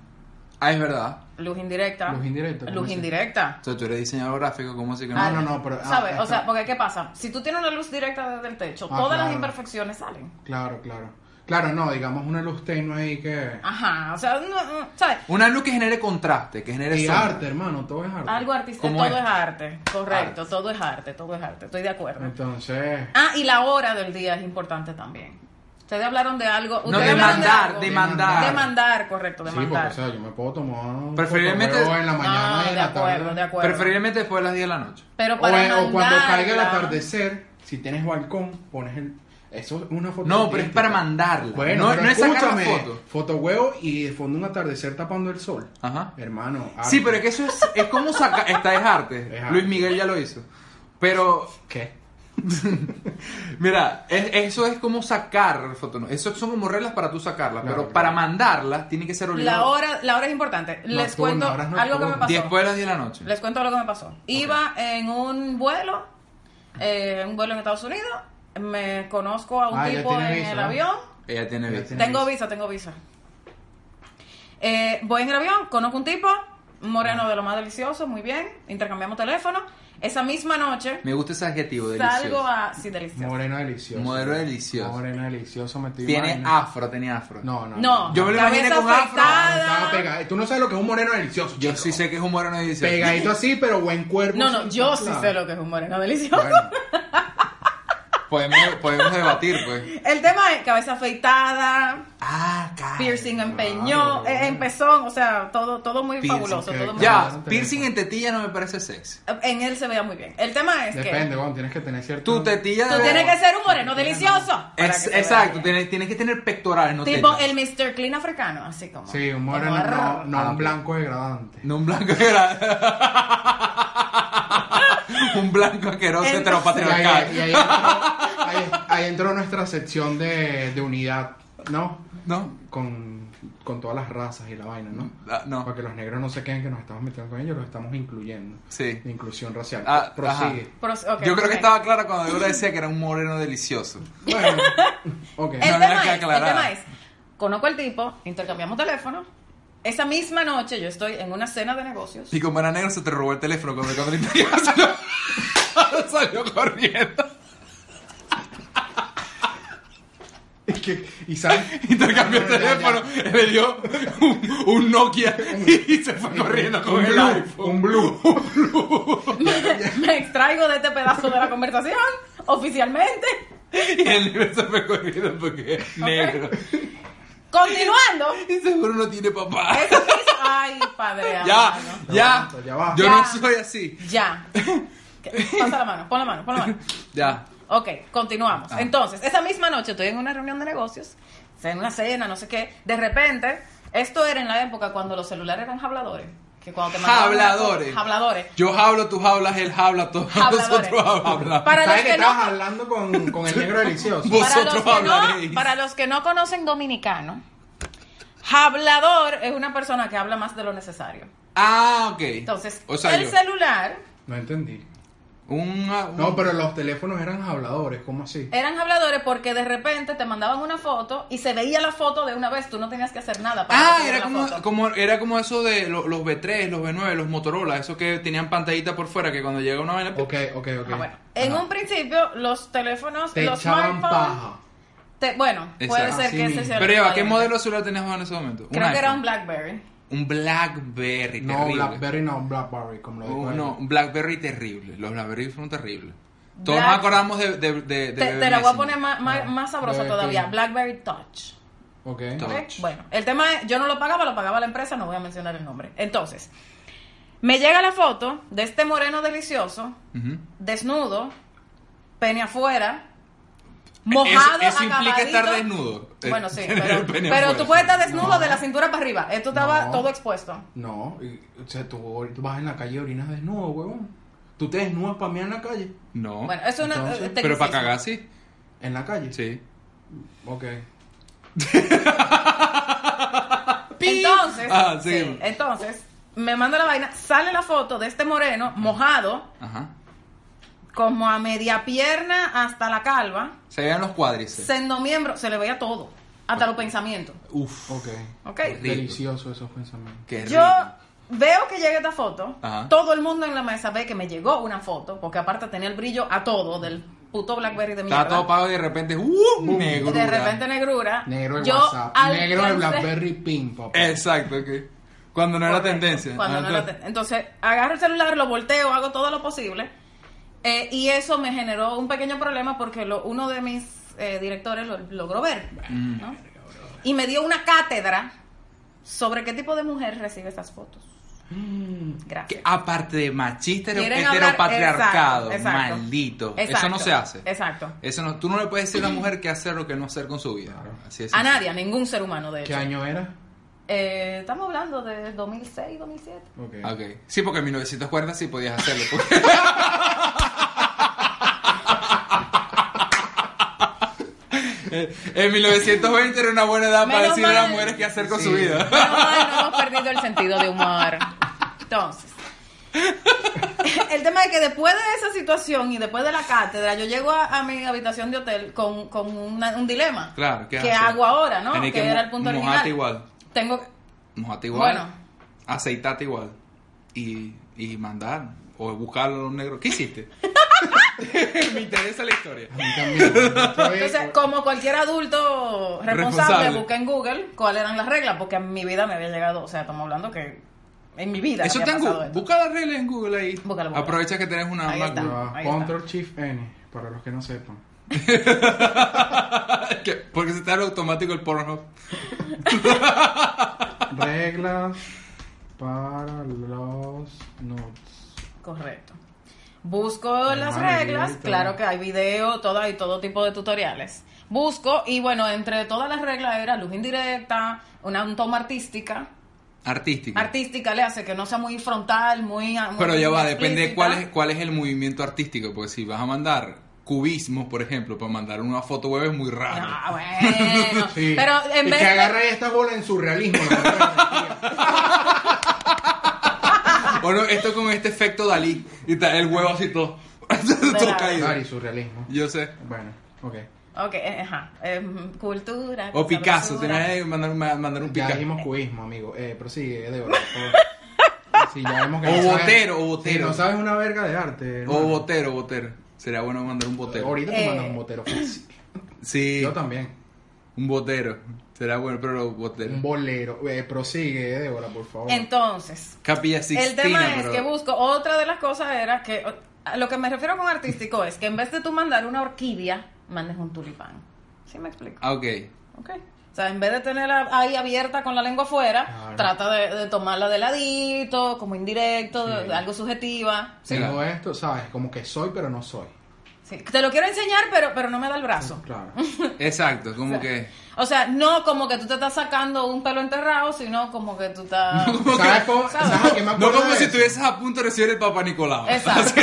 Speaker 2: Ah, es verdad.
Speaker 4: Luz indirecta.
Speaker 3: Luz indirecta, ¿cómo
Speaker 4: Luz
Speaker 3: es?
Speaker 4: indirecta.
Speaker 2: O sea, tú eres diseñador gráfico, ¿cómo así que no?
Speaker 3: Ah, no, no, pero- ah,
Speaker 4: ¿Sabes?
Speaker 3: está.
Speaker 4: o sea, porque ¿qué pasa? Si tú tienes una luz directa desde el techo,
Speaker 3: Ah,
Speaker 4: todas las
Speaker 3: claro.
Speaker 4: imperfecciones salen.
Speaker 3: Claro, claro. Claro, no, digamos una luz tenue ahí que...
Speaker 2: Ah,
Speaker 4: Ajá, o sea, no, no, ¿sabes?
Speaker 2: Una luz que genere contraste, que genere
Speaker 3: Y
Speaker 2: sombra.
Speaker 3: arte, hermano, todo es arte.
Speaker 4: Algo artista,
Speaker 2: ¿Cómo
Speaker 4: todo
Speaker 2: es? Ah.
Speaker 4: es arte, correcto, todo es arte, todo es arte, estoy de acuerdo.
Speaker 3: Entonces...
Speaker 4: Ah, y la hora del día es importante también. Ustedes hablaron de algo, ustedes
Speaker 2: No,
Speaker 4: hablaron de
Speaker 2: demandar,
Speaker 4: algo.
Speaker 2: demandar.
Speaker 4: Demandar, correcto,
Speaker 3: Sí, porque,
Speaker 4: demandar.
Speaker 3: o sea, yo me puedo tomar un
Speaker 2: Preferiblemente-
Speaker 3: huevo en la mañana
Speaker 4: Ah,
Speaker 3: y en
Speaker 4: de
Speaker 3: la
Speaker 4: acuerdo,
Speaker 3: tarde.
Speaker 4: de acuerdo.
Speaker 2: Preferiblemente después de las 10 de la noche.
Speaker 4: Pero
Speaker 3: O,
Speaker 4: para
Speaker 3: eh, o cuando
Speaker 4: mandarla-
Speaker 3: caiga el atardecer, si tienes balcón, pones el... Eso es una foto.
Speaker 2: No, pero es
Speaker 3: artística.
Speaker 2: para mandarla.
Speaker 3: Bueno,
Speaker 2: no,
Speaker 3: pero
Speaker 2: no es sacar la
Speaker 3: escúchame,
Speaker 2: foto.
Speaker 3: Fotohuevo y de fondo un atardecer tapando el sol.
Speaker 2: Ajá.
Speaker 3: Hermano.
Speaker 2: Sí,
Speaker 3: arte.
Speaker 2: pero es que eso es, es como sacar. Esta es arte.
Speaker 3: Es arte.
Speaker 2: Luis Miguel ya lo hizo. Pero,
Speaker 3: ¿Qué?
Speaker 2: mira, es- eso es como sacar fotos. Eso son como reglas para tú sacarlas.
Speaker 3: Claro,
Speaker 2: pero
Speaker 3: claro.
Speaker 2: para mandarlas, tiene que ser obligado.
Speaker 4: La hora, la hora es importante. Les
Speaker 3: Nocturna,
Speaker 4: cuento
Speaker 3: horas
Speaker 4: algo que me
Speaker 3: nocturnas.
Speaker 4: pasó.
Speaker 2: Después de las 10 de la noche.
Speaker 4: Les cuento lo que me pasó. Iba en un vuelo, eh, un vuelo en Estados Unidos, me conozco a un
Speaker 3: Ah, ya
Speaker 4: tipo en
Speaker 3: tiene visa,
Speaker 4: el
Speaker 3: ¿no?
Speaker 4: avión.
Speaker 2: Ella tiene
Speaker 3: Ya
Speaker 2: vista.
Speaker 3: tiene-
Speaker 4: Tengo visa, tengo visa. Eh, voy en el avión, conozco un tipo, un
Speaker 3: Ah.
Speaker 4: moreno de lo más delicioso, muy bien, intercambiamos teléfono. Esa misma noche
Speaker 2: Me gusta ese adjetivo, delicioso.
Speaker 4: salgo a... Sí, delicioso.
Speaker 3: Moreno delicioso.
Speaker 2: Modelo delicioso.
Speaker 3: Moreno delicioso, me estoy
Speaker 2: Tiene
Speaker 3: imaginando.
Speaker 2: afro, tenía afro.
Speaker 3: No, no.
Speaker 4: No,
Speaker 2: Yo me lo
Speaker 4: cabeza
Speaker 2: imaginé con afro.
Speaker 4: afeitada.
Speaker 3: ah, Estaba pegado. Tú no sabes lo que es un moreno delicioso.
Speaker 2: Yo
Speaker 3: chico.
Speaker 2: sí sé que es un moreno de 18.
Speaker 3: Pegadito así, pero buen cuerpo.
Speaker 4: No, no, yo sí
Speaker 3: Claro.
Speaker 4: sé lo que es un moreno delicioso. *laughs*
Speaker 3: Bueno,
Speaker 2: Podemos, podemos debatir, pues.
Speaker 4: El tema es cabeza afeitada,
Speaker 2: Ah, cara.
Speaker 4: piercing
Speaker 3: claro.
Speaker 4: empeñó, eh, empezó, o sea, todo, todo muy
Speaker 2: Piercing,
Speaker 4: fabuloso.
Speaker 3: ok.
Speaker 4: Todo muy fabuloso.
Speaker 2: Ya, piercing en tetilla no me parece sexy.
Speaker 4: En él se veía muy bien. El tema es
Speaker 3: depende, bueno, tienes que tener cierto.
Speaker 2: Tu tetilla
Speaker 4: que
Speaker 2: debe-
Speaker 4: tú tienes que ser un moreno delicioso. para
Speaker 2: Es-
Speaker 4: que se
Speaker 2: exacto,
Speaker 4: vea bien.
Speaker 2: tienes, tienes que tener pectorales, no
Speaker 4: Tipo
Speaker 2: tetas.
Speaker 4: el Mr. Clean africano, así como.
Speaker 3: Sí, un moreno,
Speaker 4: como
Speaker 3: no,
Speaker 4: raro.
Speaker 3: no
Speaker 2: Ah,
Speaker 3: un
Speaker 2: ok.
Speaker 3: blanco degradante.
Speaker 2: No un blanco asqueroso. *laughs* un blanco asqueroso
Speaker 4: Entonces-
Speaker 3: Y ahí, y
Speaker 2: heteropatriarcal.
Speaker 3: ahí entró, ahí- ahí entró nuestra sección de, de unidad, ¿no?
Speaker 2: No,
Speaker 3: Con, con todas las razas y la vaina, ¿no?
Speaker 2: ah,
Speaker 3: Para
Speaker 2: no.
Speaker 3: que los negros no se queden que nos estamos metiendo con ellos, los estamos incluyendo.
Speaker 2: Sí.
Speaker 3: De inclusión racial.
Speaker 2: Ah,
Speaker 3: Prosigue.
Speaker 4: Pero- ok,
Speaker 2: Yo creo
Speaker 4: ok.
Speaker 2: que estaba clara cuando yo le decía que era un moreno delicioso.
Speaker 3: *laughs* Bueno, ok.
Speaker 4: El,
Speaker 2: No, no hay
Speaker 4: tema
Speaker 2: que
Speaker 4: es, el
Speaker 2: aclarar.
Speaker 4: tema es: conozco al tipo, intercambiamos teléfono. Esa misma noche yo estoy en una cena de negocios.
Speaker 2: Y como era negro se te robó el teléfono cuando cuando el interior salió, *laughs* salió corriendo.
Speaker 3: Es que- y *laughs* sabes.
Speaker 2: Intercambió el
Speaker 3: No, no, no, ya,
Speaker 2: teléfono,
Speaker 3: ya.
Speaker 2: le dio un, un Nokia y se fue corriendo con
Speaker 3: un
Speaker 2: el
Speaker 3: blue,
Speaker 2: iPhone.
Speaker 3: un blue. *laughs*
Speaker 4: *laughs* Me extraigo de este pedazo de la conversación oficialmente.
Speaker 2: *laughs* Y el negro se fue corriendo porque es negro. *laughs*
Speaker 4: Continuando.
Speaker 2: Y seguro no tiene papá.
Speaker 4: *laughs* Eso hizo- Ay, padre.
Speaker 2: *laughs* Ya,
Speaker 4: amado.
Speaker 2: ya,
Speaker 3: Ya va, ya va.
Speaker 2: Yo
Speaker 4: Ya.
Speaker 2: no soy así.
Speaker 4: Ya. Pasa la mano, pon la mano, pon la mano.
Speaker 2: Ya.
Speaker 4: Ok, continuamos.
Speaker 2: Ah.
Speaker 4: Entonces, esa misma noche estoy en una reunión de negocios, o sea, en una cena, no sé qué. De repente, esto era en la época cuando los celulares eran habladores. Que cuando te mandaban una
Speaker 2: Habladores.
Speaker 4: cosa- habladores.
Speaker 2: Yo hablo, tú hablas, él habla, todos *laughs*
Speaker 4: Habladores.
Speaker 2: nosotros hablamos.
Speaker 4: Para
Speaker 3: ¿Sabes
Speaker 4: los
Speaker 3: que,
Speaker 4: que
Speaker 3: estabas
Speaker 4: no,
Speaker 3: hablando con, con el negro delicioso?
Speaker 2: Vos-
Speaker 4: para los
Speaker 2: Vosotros
Speaker 4: que
Speaker 2: hablaréis.
Speaker 4: no, para los que no conocen dominicano, hablador es una persona que habla más de lo necesario.
Speaker 2: Ah, ok.
Speaker 4: Entonces,
Speaker 2: o sea,
Speaker 4: el
Speaker 2: yo,
Speaker 4: celular
Speaker 3: No entendí.
Speaker 2: una- un-
Speaker 3: No, pero los teléfonos eran habladores, ¿cómo así?
Speaker 4: eran habladores porque de repente te mandaban una foto y se veía la foto de una vez, tú no tenías que hacer nada para
Speaker 2: Ah,
Speaker 4: recibir
Speaker 2: era
Speaker 4: la
Speaker 2: como,
Speaker 4: foto.
Speaker 2: como, era como eso de lo- los B3, los B9, los Motorola, esos que tenían pantallita por fuera, que cuando llega una vaina...
Speaker 3: Ok, ok, ok.
Speaker 4: Ah, bueno. En un principio, los teléfonos,
Speaker 3: Te
Speaker 4: los
Speaker 3: echaban
Speaker 4: smartphones.
Speaker 3: paja.
Speaker 4: te- bueno, puede
Speaker 2: Exacto.
Speaker 4: ser
Speaker 3: Así
Speaker 4: que ese
Speaker 3: mismo.
Speaker 4: sea el
Speaker 2: Pero ya va, ¿qué
Speaker 4: detalle.
Speaker 2: modelo de celular tenías vos en ese momento?
Speaker 4: Creo que era un
Speaker 2: iPhone.
Speaker 4: Blackberry.
Speaker 2: Un Blackberry,
Speaker 3: No,
Speaker 2: terrible.
Speaker 3: Blackberry no, Blackberry, como lo dijo
Speaker 2: Oh,
Speaker 3: él.
Speaker 2: no, un Blackberry terrible. Los Blackberry fueron terribles. Todos
Speaker 4: Black-
Speaker 2: nos acordamos de... de, de, de
Speaker 4: Te,
Speaker 2: Bebé
Speaker 4: te la voy a
Speaker 2: Messenger.
Speaker 4: poner más, más,
Speaker 3: No,
Speaker 4: más sabrosa
Speaker 3: de-
Speaker 4: todavía.
Speaker 3: de-
Speaker 4: Blackberry Touch.
Speaker 3: Ok.
Speaker 4: ¿ok?
Speaker 2: Touch.
Speaker 4: Bueno, el tema es, yo no lo pagaba, lo pagaba la empresa, no voy a mencionar el nombre. Entonces, me llega la foto de este moreno delicioso,
Speaker 2: Ujú.
Speaker 4: desnudo, pene afuera, mojado,
Speaker 2: eso, eso implica
Speaker 4: acabadito.
Speaker 2: estar desnudo. eh, *laughs*
Speaker 4: Bueno, sí,
Speaker 2: tener
Speaker 4: pero,
Speaker 2: el pene
Speaker 4: pero
Speaker 2: afuera.
Speaker 4: tú puedes estar desnudo
Speaker 3: No.
Speaker 4: de la cintura para arriba. Esto estaba
Speaker 3: No.
Speaker 4: todo expuesto.
Speaker 3: No, y- o sea, tú or- vas en la calle y orinas desnudo, huevón. Tú te desnudas para mí en la calle.
Speaker 2: No.
Speaker 4: Bueno, eso es una.
Speaker 3: Entonces,
Speaker 4: eh,
Speaker 2: pero para
Speaker 4: tecnicismo.
Speaker 2: cagar sí.
Speaker 3: En la calle.
Speaker 2: Sí.
Speaker 3: Ok.
Speaker 4: Entonces,
Speaker 2: *laughs* Ah, sí.
Speaker 4: sí, entonces, me manda la vaina, sale la foto de este moreno mojado,
Speaker 2: Ajá.
Speaker 4: como a media pierna hasta la calva,
Speaker 2: Se vean los cuádriceps.
Speaker 4: siendo miembro, se le veía todo, hasta los pensamientos.
Speaker 2: Uf.
Speaker 3: Ok.
Speaker 4: ¿Ok?
Speaker 2: Horrible. Rico.
Speaker 3: Delicioso esos pensamientos.
Speaker 2: Qué rico.
Speaker 4: Yo veo que llega esta foto,
Speaker 2: Ajá.
Speaker 4: todo el mundo en la mesa ve que me llegó una foto, porque aparte tenía el brillo a todo del puto Blackberry de mierda.
Speaker 2: Estaba todo pago y de repente. ¡Uh!
Speaker 3: Boom.
Speaker 2: Negro.
Speaker 4: de repente negrura.
Speaker 3: Negro de
Speaker 4: Yo
Speaker 3: WhatsApp. Negro de
Speaker 4: alcancé-
Speaker 3: Blackberry Pink, papá.
Speaker 2: Exacto, ok. Cuando no era
Speaker 4: Correcto,
Speaker 2: tendencia.
Speaker 4: cuando
Speaker 2: Ah,
Speaker 4: no era
Speaker 2: entonces-
Speaker 4: ten- Entonces, agarro el celular, lo volteo, hago todo lo posible. eh, y eso me generó un pequeño problema porque lo- uno de mis eh, directores lo logró ver.
Speaker 2: Mm.
Speaker 4: ¿no? Y me dio una cátedra sobre qué tipo de mujer recibe esas fotos.
Speaker 2: Que Mm.
Speaker 4: Gracias.
Speaker 2: aparte de machista, era un
Speaker 4: Quieren hablar-
Speaker 2: heteropatriarcado.
Speaker 4: exacto, exacto.
Speaker 2: Maldito. Eso
Speaker 4: Exacto,
Speaker 2: no se hace.
Speaker 4: Exacto.
Speaker 2: Eso no, tú no le puedes decir a una mujer qué hacer o qué no hacer con su vida. Así es.
Speaker 4: A nadie, a ningún ser humano, de
Speaker 3: ¿Qué
Speaker 4: hecho.
Speaker 3: año era?
Speaker 4: Eh, estamos hablando de 2006, 2007.
Speaker 3: Ok.
Speaker 2: Ok. Sí, porque en 1940 sí podías hacerlo. pues. porque- Eh, *laughs* en 1920 era una buena edad para
Speaker 4: Menos
Speaker 2: decirle a las
Speaker 4: mal.
Speaker 2: mujeres qué hacer con
Speaker 3: Sí.
Speaker 2: su vida.
Speaker 4: Menos mal, no hemos perdido el sentido de humor. Entonces, *laughs* el tema es que después de esa situación y después de la cátedra, yo llego a, a mi habitación de hotel con, con una- un dilema.
Speaker 2: Claro, ¿qué haces?
Speaker 4: hago ahora, no?
Speaker 2: Tenés
Speaker 4: Que,
Speaker 2: que
Speaker 4: era
Speaker 2: mo-
Speaker 4: el punto
Speaker 2: mojarte
Speaker 4: original.
Speaker 2: igual.
Speaker 4: Tengo,
Speaker 2: Mojate igual.
Speaker 4: Bueno.
Speaker 2: Aceitate igual. Y, y mandar. O buscar a los negros. ¿Qué
Speaker 4: *laughs*
Speaker 2: hiciste? *laughs* Me interesa la historia.
Speaker 3: A mí también. Otra vez,
Speaker 4: entonces, como cualquier adulto responsable,
Speaker 2: Responsable.
Speaker 4: busqué en Google cuáles eran las reglas, porque en mi vida me había llegado, o sea, estamos hablando que en mi vida
Speaker 2: Eso
Speaker 4: había
Speaker 2: está en
Speaker 4: pasado
Speaker 2: Google.
Speaker 4: esto.
Speaker 2: Busca las reglas en Google ahí.
Speaker 4: Búscalo, búscalo.
Speaker 2: Aprovecha que tenés una
Speaker 4: Ahí
Speaker 2: Mac
Speaker 4: está.
Speaker 3: ah,
Speaker 4: Ahí está.
Speaker 3: Control Shift N, para los que no sepan.
Speaker 2: Que- Porque se te abre automático el Pornhub.
Speaker 3: Reglas para los nudes.
Speaker 4: Correcto. Busco las
Speaker 3: Hermano,
Speaker 4: reglas,
Speaker 3: video y todo.
Speaker 4: claro que hay video, todo, hay todo tipo de tutoriales. Busco y bueno, entre todas las reglas era luz indirecta, una un toma artística.
Speaker 2: Artístico.
Speaker 4: Artística le hace que no sea muy frontal, muy... ah, muy
Speaker 2: Pero ya va,
Speaker 4: explícita.
Speaker 2: depende de cuál es, cuál es el movimiento artístico. Porque si vas a mandar cubismos, por ejemplo, para mandar una foto web es muy raro. *laughs*
Speaker 4: Ah, bueno.
Speaker 3: Sí.
Speaker 4: Pero en
Speaker 3: y
Speaker 4: vez
Speaker 3: que
Speaker 4: de...
Speaker 3: agarre esta bola en su realismo. la verdad,
Speaker 2: *laughs* Bueno, esto con este efecto Dalí. Y tal, el huevo así todo. *laughs* todo
Speaker 4: Claro.
Speaker 3: tío.
Speaker 2: caído.
Speaker 3: Claro, y su realismo.
Speaker 2: Yo sé.
Speaker 3: Bueno, ok.
Speaker 4: Ok, eh, ajá. Em, cultura.
Speaker 2: O Picasso,
Speaker 4: sabrosura.
Speaker 2: tenés que mandar, ma- mandar un
Speaker 3: Ya
Speaker 2: Picasso.
Speaker 3: dijimos cubismo, amigo. Eh, prosigue, Débora,
Speaker 2: *laughs*
Speaker 3: por favor. Sí, ya vemos que
Speaker 2: O
Speaker 3: no sabes-
Speaker 2: botero, o
Speaker 3: Sí,
Speaker 2: botero.
Speaker 3: no sabes una verga de arte.
Speaker 2: O
Speaker 3: hermano.
Speaker 2: botero, botero. Sería bueno mandar un botero.
Speaker 3: Ahorita te
Speaker 4: Eh.
Speaker 3: mandas un botero fácil.
Speaker 2: Sí,
Speaker 3: Yo también.
Speaker 2: un botero. Será bueno, pero botero.
Speaker 3: Un bolero. Eh, prosigue, Débora, por favor.
Speaker 4: Entonces,
Speaker 2: Capilla Sixtina,
Speaker 4: El tema es
Speaker 2: pero-
Speaker 4: que busco, otra de las cosas era que, a lo que me refiero con artístico es que en vez de tú mandar una orquídea, mandes un tulipán. ¿Sí me explico?
Speaker 2: Ah, ok.
Speaker 4: Ok. O sea, en vez de tenerla ahí abierta con la lengua afuera,
Speaker 3: Claro.
Speaker 4: trata de, de tomarla de ladito, como indirecto, de-
Speaker 3: Sí.
Speaker 4: de algo subjetiva.
Speaker 3: Tengo
Speaker 2: Claro.
Speaker 3: esto, ¿sabes? Como que soy, pero no soy.
Speaker 4: Sí. Te lo quiero enseñar, pero, pero no me da el brazo.
Speaker 3: Claro.
Speaker 2: Exacto, como
Speaker 4: *laughs*
Speaker 2: que...
Speaker 4: O sea, no como que tú te estás sacando un pelo enterrado, sino *laughs* como que tú estás...
Speaker 2: Como que-
Speaker 3: ¿Sabes cómo? ¿Sabes a qué me
Speaker 2: No
Speaker 3: acuerdo
Speaker 2: como
Speaker 3: de
Speaker 2: si
Speaker 3: eso?
Speaker 2: estuvieses a punto de recibir el Papa Nicolau.
Speaker 3: *laughs*
Speaker 4: *laughs* Exacto.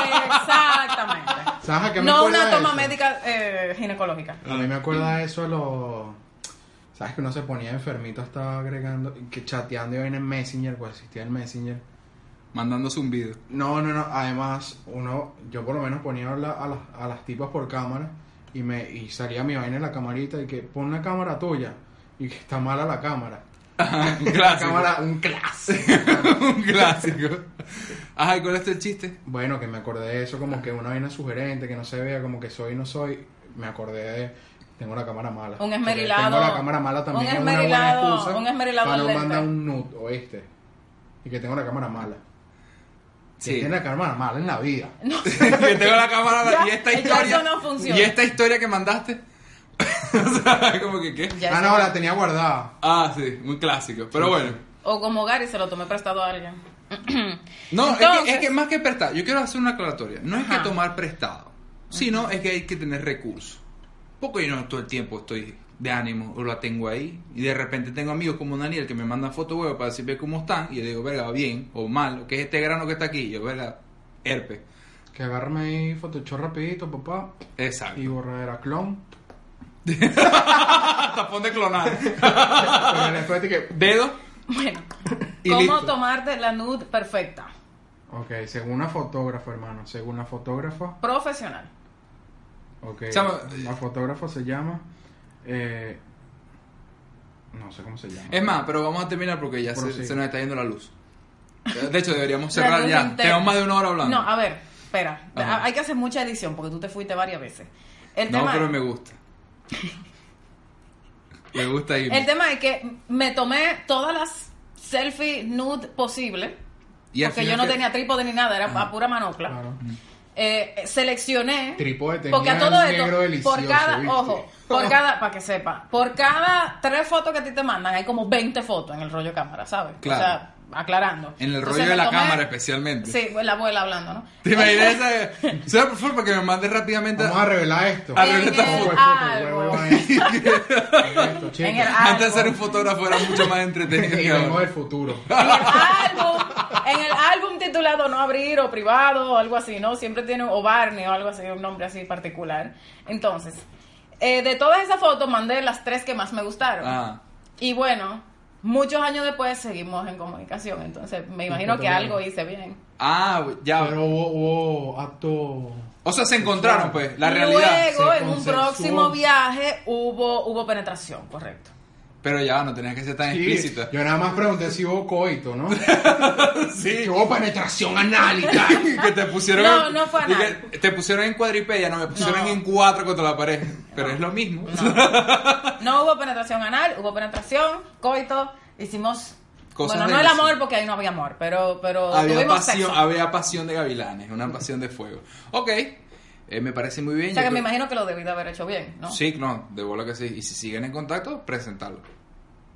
Speaker 4: Exactamente.
Speaker 3: ¿Sabes a qué me
Speaker 4: No
Speaker 3: acuerda
Speaker 4: una
Speaker 3: de
Speaker 4: toma
Speaker 3: eso?
Speaker 4: médica eh, ginecológica.
Speaker 3: A mí me acuerda eso a los... ¿Sabes que uno se ponía enfermito, estaba agregando, que chateando y vaina en Messenger, pues existía el Messenger.
Speaker 2: *laughs* Mandando
Speaker 3: *laughs*
Speaker 2: zumbido.
Speaker 3: No, no, no. Además, uno, yo por lo menos ponía a, la- a las, a las tipas por cámara y me y salía mi vaina en la camarita y que pon la cámara tuya y que está mala la cámara.
Speaker 2: Ah, un
Speaker 3: La
Speaker 2: clásico.
Speaker 3: cámara, un clase.
Speaker 2: un clásico. Ajá, ¿y cuál es el chiste?
Speaker 3: *laughs* bueno, que me acordé de eso, como que una vaina sugerente, que no se vea como que soy y no soy. Me acordé de. Tengo la cámara mala.
Speaker 4: Un esmerilado.
Speaker 3: Tengo la cámara mala también.
Speaker 4: Un
Speaker 3: es una buena
Speaker 4: esmerilado,
Speaker 3: excusa
Speaker 4: un esmerilado
Speaker 3: Para
Speaker 4: al
Speaker 3: no
Speaker 4: lente.
Speaker 3: mandar un nude o este. Y que tengo la cámara mala. Que
Speaker 2: Sí. *laughs*
Speaker 3: tiene la cámara mala en la vida.
Speaker 2: que tengo la cámara
Speaker 4: Ya,
Speaker 2: y esta
Speaker 4: ya
Speaker 2: historia
Speaker 4: eso no funciona.
Speaker 2: y esta historia que mandaste *laughs* o sea como que qué
Speaker 4: Ya
Speaker 3: ah,
Speaker 4: sé.
Speaker 3: no, la tenía guardada.
Speaker 2: ah sí un clásico pero bueno
Speaker 4: O como Gary se lo tomé prestado a alguien. *clears throat*
Speaker 2: no es que- es, que,
Speaker 4: Entonces-
Speaker 2: más que prestar yo quiero hacer una aclaratoria no es
Speaker 4: Ajá.
Speaker 2: que tomar prestado sino es que hay que tener recursos. Porque yo no todo el tiempo estoy de ánimo o la tengo ahí. Y de repente tengo amigos como Daniel que me mandan fotos huevos para decirme cómo están. Y yo digo, verga, va bien o mal. o ¿Qué es este grano que está aquí? Y yo, verga, herpes.
Speaker 3: Que agarrame ahí Photoshop rapidito, papá.
Speaker 2: Exacto.
Speaker 3: Y borradera *laughs* clon.
Speaker 2: Tapón de clonar.
Speaker 3: Pero después de que.
Speaker 2: *laughs* Dedo.
Speaker 4: Bueno,
Speaker 2: Y
Speaker 4: ¿cómo
Speaker 2: listo.
Speaker 4: tomarte la nude perfecta?
Speaker 3: Ok, según una fotógrafa, hermano. Según una fotógrafa.
Speaker 4: Profesional.
Speaker 3: Ok.
Speaker 2: Chamo,
Speaker 3: La fotógrafa se llama. Eh, no sé cómo se llama.
Speaker 2: Es más, pero vamos a terminar porque ya se,
Speaker 3: Prosigue.
Speaker 2: se nos está yendo la luz. De hecho, deberíamos
Speaker 4: La
Speaker 2: cerrar
Speaker 4: luz
Speaker 2: ya.
Speaker 4: interna.
Speaker 2: Tenemos más de una hora hablando.
Speaker 4: No, a ver, espera.
Speaker 2: Ajá.
Speaker 4: A- Hay que hacer mucha edición porque tú te fuiste varias veces. El
Speaker 2: No,
Speaker 4: tema,
Speaker 2: pero me gusta. Me gusta irme.
Speaker 4: el tema es que me tomé todas las selfies nude posibles.
Speaker 2: Y al
Speaker 4: Porque
Speaker 2: final
Speaker 4: yo no
Speaker 2: que-
Speaker 4: tenía trípode ni nada, era
Speaker 2: Ajá.
Speaker 4: a pura manopla.
Speaker 3: Claro.
Speaker 4: Eh, eh, seleccioné.
Speaker 3: Trípode tenía
Speaker 4: porque a todo
Speaker 3: un
Speaker 4: esto,
Speaker 3: negro delicioso,
Speaker 4: por cada,
Speaker 3: ¿viste?
Speaker 4: ojo, por cada, para que sepa, por cada tres fotos que a ti te mandan, hay como 20 fotos en el rollo cámara, ¿sabes?
Speaker 2: Claro.
Speaker 4: O sea, aclarando.
Speaker 2: En el rollo
Speaker 4: Entonces,
Speaker 2: de
Speaker 4: me
Speaker 2: la
Speaker 4: tomé-
Speaker 2: cámara especialmente.
Speaker 4: Sí, pues la abuela hablando, ¿no?
Speaker 2: *laughs* ¿Te imaginas esa? Sea por favor para que me mandes rápidamente.
Speaker 3: Vamos a revelar esto.
Speaker 2: A revelar
Speaker 4: En
Speaker 2: esta
Speaker 4: el
Speaker 2: foto.
Speaker 4: álbum. En el álbum.
Speaker 2: Antes de ser un fotógrafo era mucho más entretenido
Speaker 3: Y
Speaker 2: que
Speaker 3: vengo del
Speaker 2: ahora.
Speaker 3: futuro.
Speaker 4: En el álbum, en el álbum titulado No Abrir o Privado o algo así, ¿no? Siempre tiene o Barney o algo así, un nombre así particular. Entonces, eh, de todas esas fotos mandé las tres que más me gustaron.
Speaker 2: Ah,
Speaker 4: Y bueno, muchos años después seguimos en comunicación, entonces me imagino que algo hice bien.
Speaker 2: ah, ya.
Speaker 3: Pero hubo, hubo acto.
Speaker 2: o sea, se encontraron, pues, la realidad.
Speaker 4: Luego,
Speaker 3: se
Speaker 4: en un
Speaker 3: consensuó.
Speaker 4: próximo viaje, hubo, hubo penetración, correcto.
Speaker 2: Pero ya, no tenías que ser tan
Speaker 3: Sí,
Speaker 2: explícita.
Speaker 3: Yo nada más pregunté si hubo coito, ¿no?
Speaker 2: *laughs* Sí.
Speaker 3: Que hubo penetración análica.
Speaker 2: *laughs* que te pusieron.
Speaker 4: No, no fue
Speaker 2: y
Speaker 4: anal.
Speaker 2: que Te pusieron en cuadripedia, no, me pusieron
Speaker 4: No.
Speaker 2: en cuatro contra la pared. Pero es lo mismo. *laughs*
Speaker 4: No hubo penetración anal, hubo penetración, coito, hicimos...
Speaker 2: Cosas
Speaker 4: bueno,
Speaker 2: de
Speaker 4: no el
Speaker 2: las-
Speaker 4: amor, porque ahí no había amor, pero, pero
Speaker 2: había,
Speaker 4: tuvimos
Speaker 2: pasión,
Speaker 4: sexo.
Speaker 2: había pasión de gavilanes, una pasión de fuego. Ok, eh, me parece muy bien.
Speaker 4: O sea
Speaker 2: yo
Speaker 4: que
Speaker 2: creo-
Speaker 4: me imagino que lo debí de haber hecho bien, ¿no?
Speaker 2: Sí, no, de bola que sí. Y si siguen en contacto, presentarlo.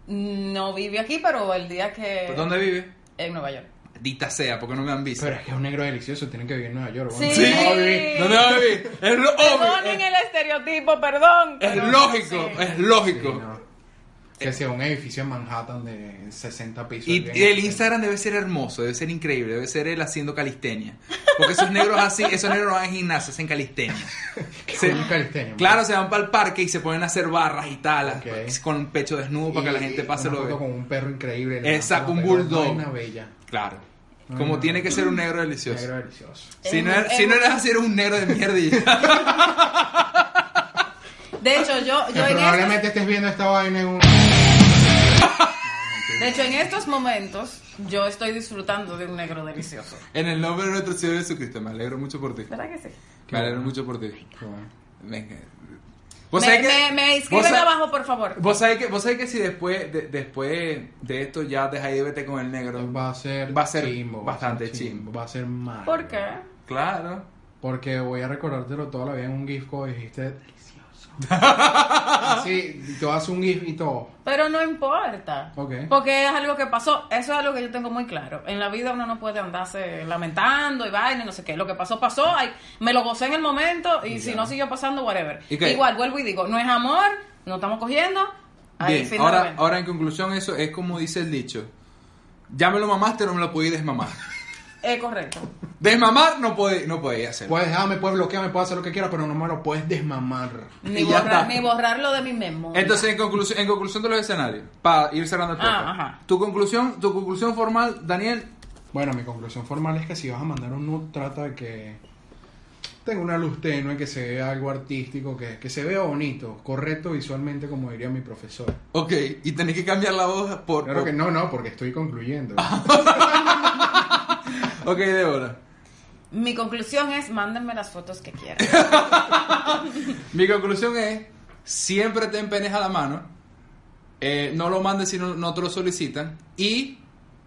Speaker 4: No vive aquí, pero el día que...
Speaker 2: ¿Pero ¿Dónde vive?
Speaker 4: En Nueva York.
Speaker 2: Dita sea, porque no me han visto.
Speaker 3: Pero es que es un negro delicioso, tienen que vivir en Nueva York.
Speaker 4: Sí.
Speaker 3: ¿no? No, baby.
Speaker 4: Sí.
Speaker 2: ¿Dónde va a vivir? Es lo obvio.
Speaker 4: Perdonen
Speaker 2: Es,
Speaker 4: el estereotipo, perdón.
Speaker 2: es
Speaker 4: pero-
Speaker 2: lógico,
Speaker 4: sí.
Speaker 2: es
Speaker 3: Sí,
Speaker 2: lógico.
Speaker 3: no. Que sea un edificio en Manhattan de 60 pisos.
Speaker 2: Y
Speaker 3: bien
Speaker 2: el
Speaker 3: decente.
Speaker 2: Instagram debe ser hermoso, debe ser increíble, debe ser él haciendo calistenia. Porque esos negros así, esos negros van al gimnasio, hacen
Speaker 3: *laughs*
Speaker 2: calistenia. Se-
Speaker 3: Un calistenia,
Speaker 2: claro, se van para el parque y se ponen a hacer barras y talas
Speaker 3: Ok.
Speaker 2: con un pecho desnudo para que la
Speaker 3: Y
Speaker 2: gente pase
Speaker 3: una
Speaker 2: lo
Speaker 3: foto
Speaker 2: vea.
Speaker 3: con un perro increíble. la
Speaker 2: Exacto,
Speaker 3: foto
Speaker 2: un
Speaker 3: pegó,
Speaker 2: bulldog.
Speaker 3: vaina bella.
Speaker 2: Claro.
Speaker 3: No,
Speaker 2: Como
Speaker 3: no,
Speaker 2: tiene
Speaker 3: no.
Speaker 2: que ser un negro delicioso.
Speaker 3: Negro delicioso.
Speaker 2: Si no,
Speaker 4: En-
Speaker 2: er- si
Speaker 4: en-
Speaker 2: no eres así, eres un negro de mierda. y ya. *laughs*
Speaker 4: De hecho, yo,
Speaker 3: Que
Speaker 4: yo en estos-
Speaker 3: probablemente estés viendo esta
Speaker 2: *laughs*
Speaker 3: vaina en un...
Speaker 4: De hecho, en estos momentos, yo estoy disfrutando de un negro delicioso.
Speaker 2: en el nombre de nuestro Señor Jesucristo, me alegro mucho por ti.
Speaker 4: ¿Verdad que sí?
Speaker 2: Me alegro mucho por ti. Venga. Vos
Speaker 4: me,
Speaker 2: sabés que-
Speaker 4: me, me
Speaker 2: vos
Speaker 4: escriben
Speaker 2: sa-
Speaker 4: abajo, por favor.
Speaker 2: Vos sabés que, vos sabés que si después de, después de esto ya dejáis de vete con el negro.
Speaker 3: Va a ser
Speaker 2: Va a ser
Speaker 3: chimbo,
Speaker 2: bastante
Speaker 3: va a ser Va a ser mal.
Speaker 4: ¿Por qué?
Speaker 2: Claro.
Speaker 3: Porque voy a recordártelo toda la vida en un gif como dijiste. Delicioso.
Speaker 2: *laughs*
Speaker 3: Así, y tú haces un gif y todo.
Speaker 4: Pero no importa.
Speaker 3: Ok.
Speaker 4: Porque es algo que pasó. Eso es algo que yo tengo muy claro. En la vida uno no puede andarse lamentando y vaina y no sé qué. Lo que pasó, pasó. Ay, me lo gocé en el momento y si no siguió pasando, whatever.
Speaker 2: ¿Y qué?
Speaker 4: Igual, vuelvo y digo, no es amor, no estamos cogiendo. Ahí,
Speaker 2: Bien,
Speaker 4: fin de
Speaker 2: ahora,
Speaker 4: momento.
Speaker 2: ahora en conclusión eso es como dice el dicho. Ya me lo mamaste, no me lo podí desmamar. *laughs*
Speaker 4: Es correcto.
Speaker 2: Desmamar no podéis no podéis hacerlo.
Speaker 3: Puedes dejarme, puedes bloquearme, puedes hacer lo que quieras, pero no me lo puedes desmamar.
Speaker 4: Ni,
Speaker 2: Y ya
Speaker 4: borrar-
Speaker 2: está.
Speaker 4: ni borrarlo de mi memoria.
Speaker 2: Entonces, en conclusión, en conclusión de los escenarios, para ir cerrando el podcast.
Speaker 4: Ah, ajá.
Speaker 2: Tu conclusión, tu conclusión formal, Daniel,
Speaker 3: Bueno, mi conclusión formal es que si vas a mandar un nude, trata de que tenga una luz tenue, que se vea algo artístico, que, que se vea bonito, correcto visualmente, como diría mi profesor.
Speaker 2: ok, y tenéis que cambiar la voz por...
Speaker 3: Claro que no, no, porque
Speaker 2: *laughs*
Speaker 3: estoy concluyendo.
Speaker 2: Ah, Ok, Débora.
Speaker 4: Mi conclusión es, mándenme las fotos que quieran.
Speaker 2: Mi conclusión es, siempre ten penes a la mano, eh, no lo mandes si no, no te lo solicitan y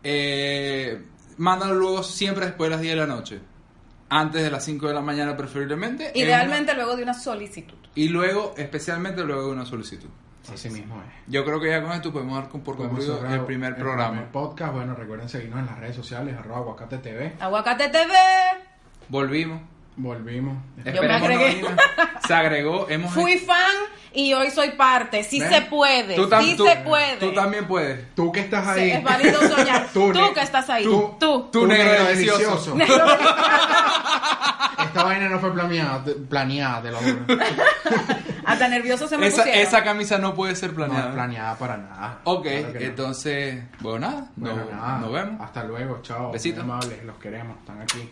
Speaker 2: eh, mándalo luego siempre después de las 10 de la noche, antes de las 5 de la mañana preferiblemente.
Speaker 4: Idealmente luego de una solicitud.
Speaker 2: Y luego, especialmente luego de una solicitud.
Speaker 3: Así mismo es.
Speaker 2: Yo creo que ya con esto podemos dar con- por
Speaker 3: Podemos
Speaker 2: concluido
Speaker 3: cerrar
Speaker 2: el primer
Speaker 3: primer
Speaker 2: programa.
Speaker 3: podcast, bueno, recuerden seguirnos en las redes sociales, arroba aguacate TV.
Speaker 4: Aguacate TV.
Speaker 2: Volvimos.
Speaker 3: Volvimos.
Speaker 2: Esperemos no
Speaker 4: agregué.
Speaker 2: ir. Se agregó. Hemos
Speaker 4: Fui fan y hoy soy parte. Sí
Speaker 3: ¿Ves?
Speaker 4: se puede.
Speaker 2: Tú tam-
Speaker 4: sí
Speaker 2: tú-
Speaker 4: se puede.
Speaker 2: Tú también puedes.
Speaker 3: Tú que estás
Speaker 4: Sí,
Speaker 3: ahí.
Speaker 4: Es válido soñar.
Speaker 2: *laughs*
Speaker 3: Tú,
Speaker 4: tú,
Speaker 3: ne-
Speaker 4: que estás ahí.
Speaker 3: tú-
Speaker 4: Tú.
Speaker 2: Tú, negro
Speaker 3: *laughs*
Speaker 2: delicioso.
Speaker 3: Esta vaina no fue planeada, te- planeada te lo juro.
Speaker 4: Hasta nervioso se me
Speaker 2: Esa,
Speaker 4: pusieron.
Speaker 2: esa camisa no puede ser
Speaker 3: No
Speaker 2: planeada.
Speaker 3: es planeada para nada.
Speaker 2: Ok,
Speaker 3: Claro que no.
Speaker 2: entonces, bueno, nada,
Speaker 3: Bueno,
Speaker 2: no-
Speaker 3: nada.
Speaker 2: nos vemos.
Speaker 3: Hasta luego, chao.
Speaker 2: Besitos.
Speaker 3: Muy amables, los queremos, están aquí.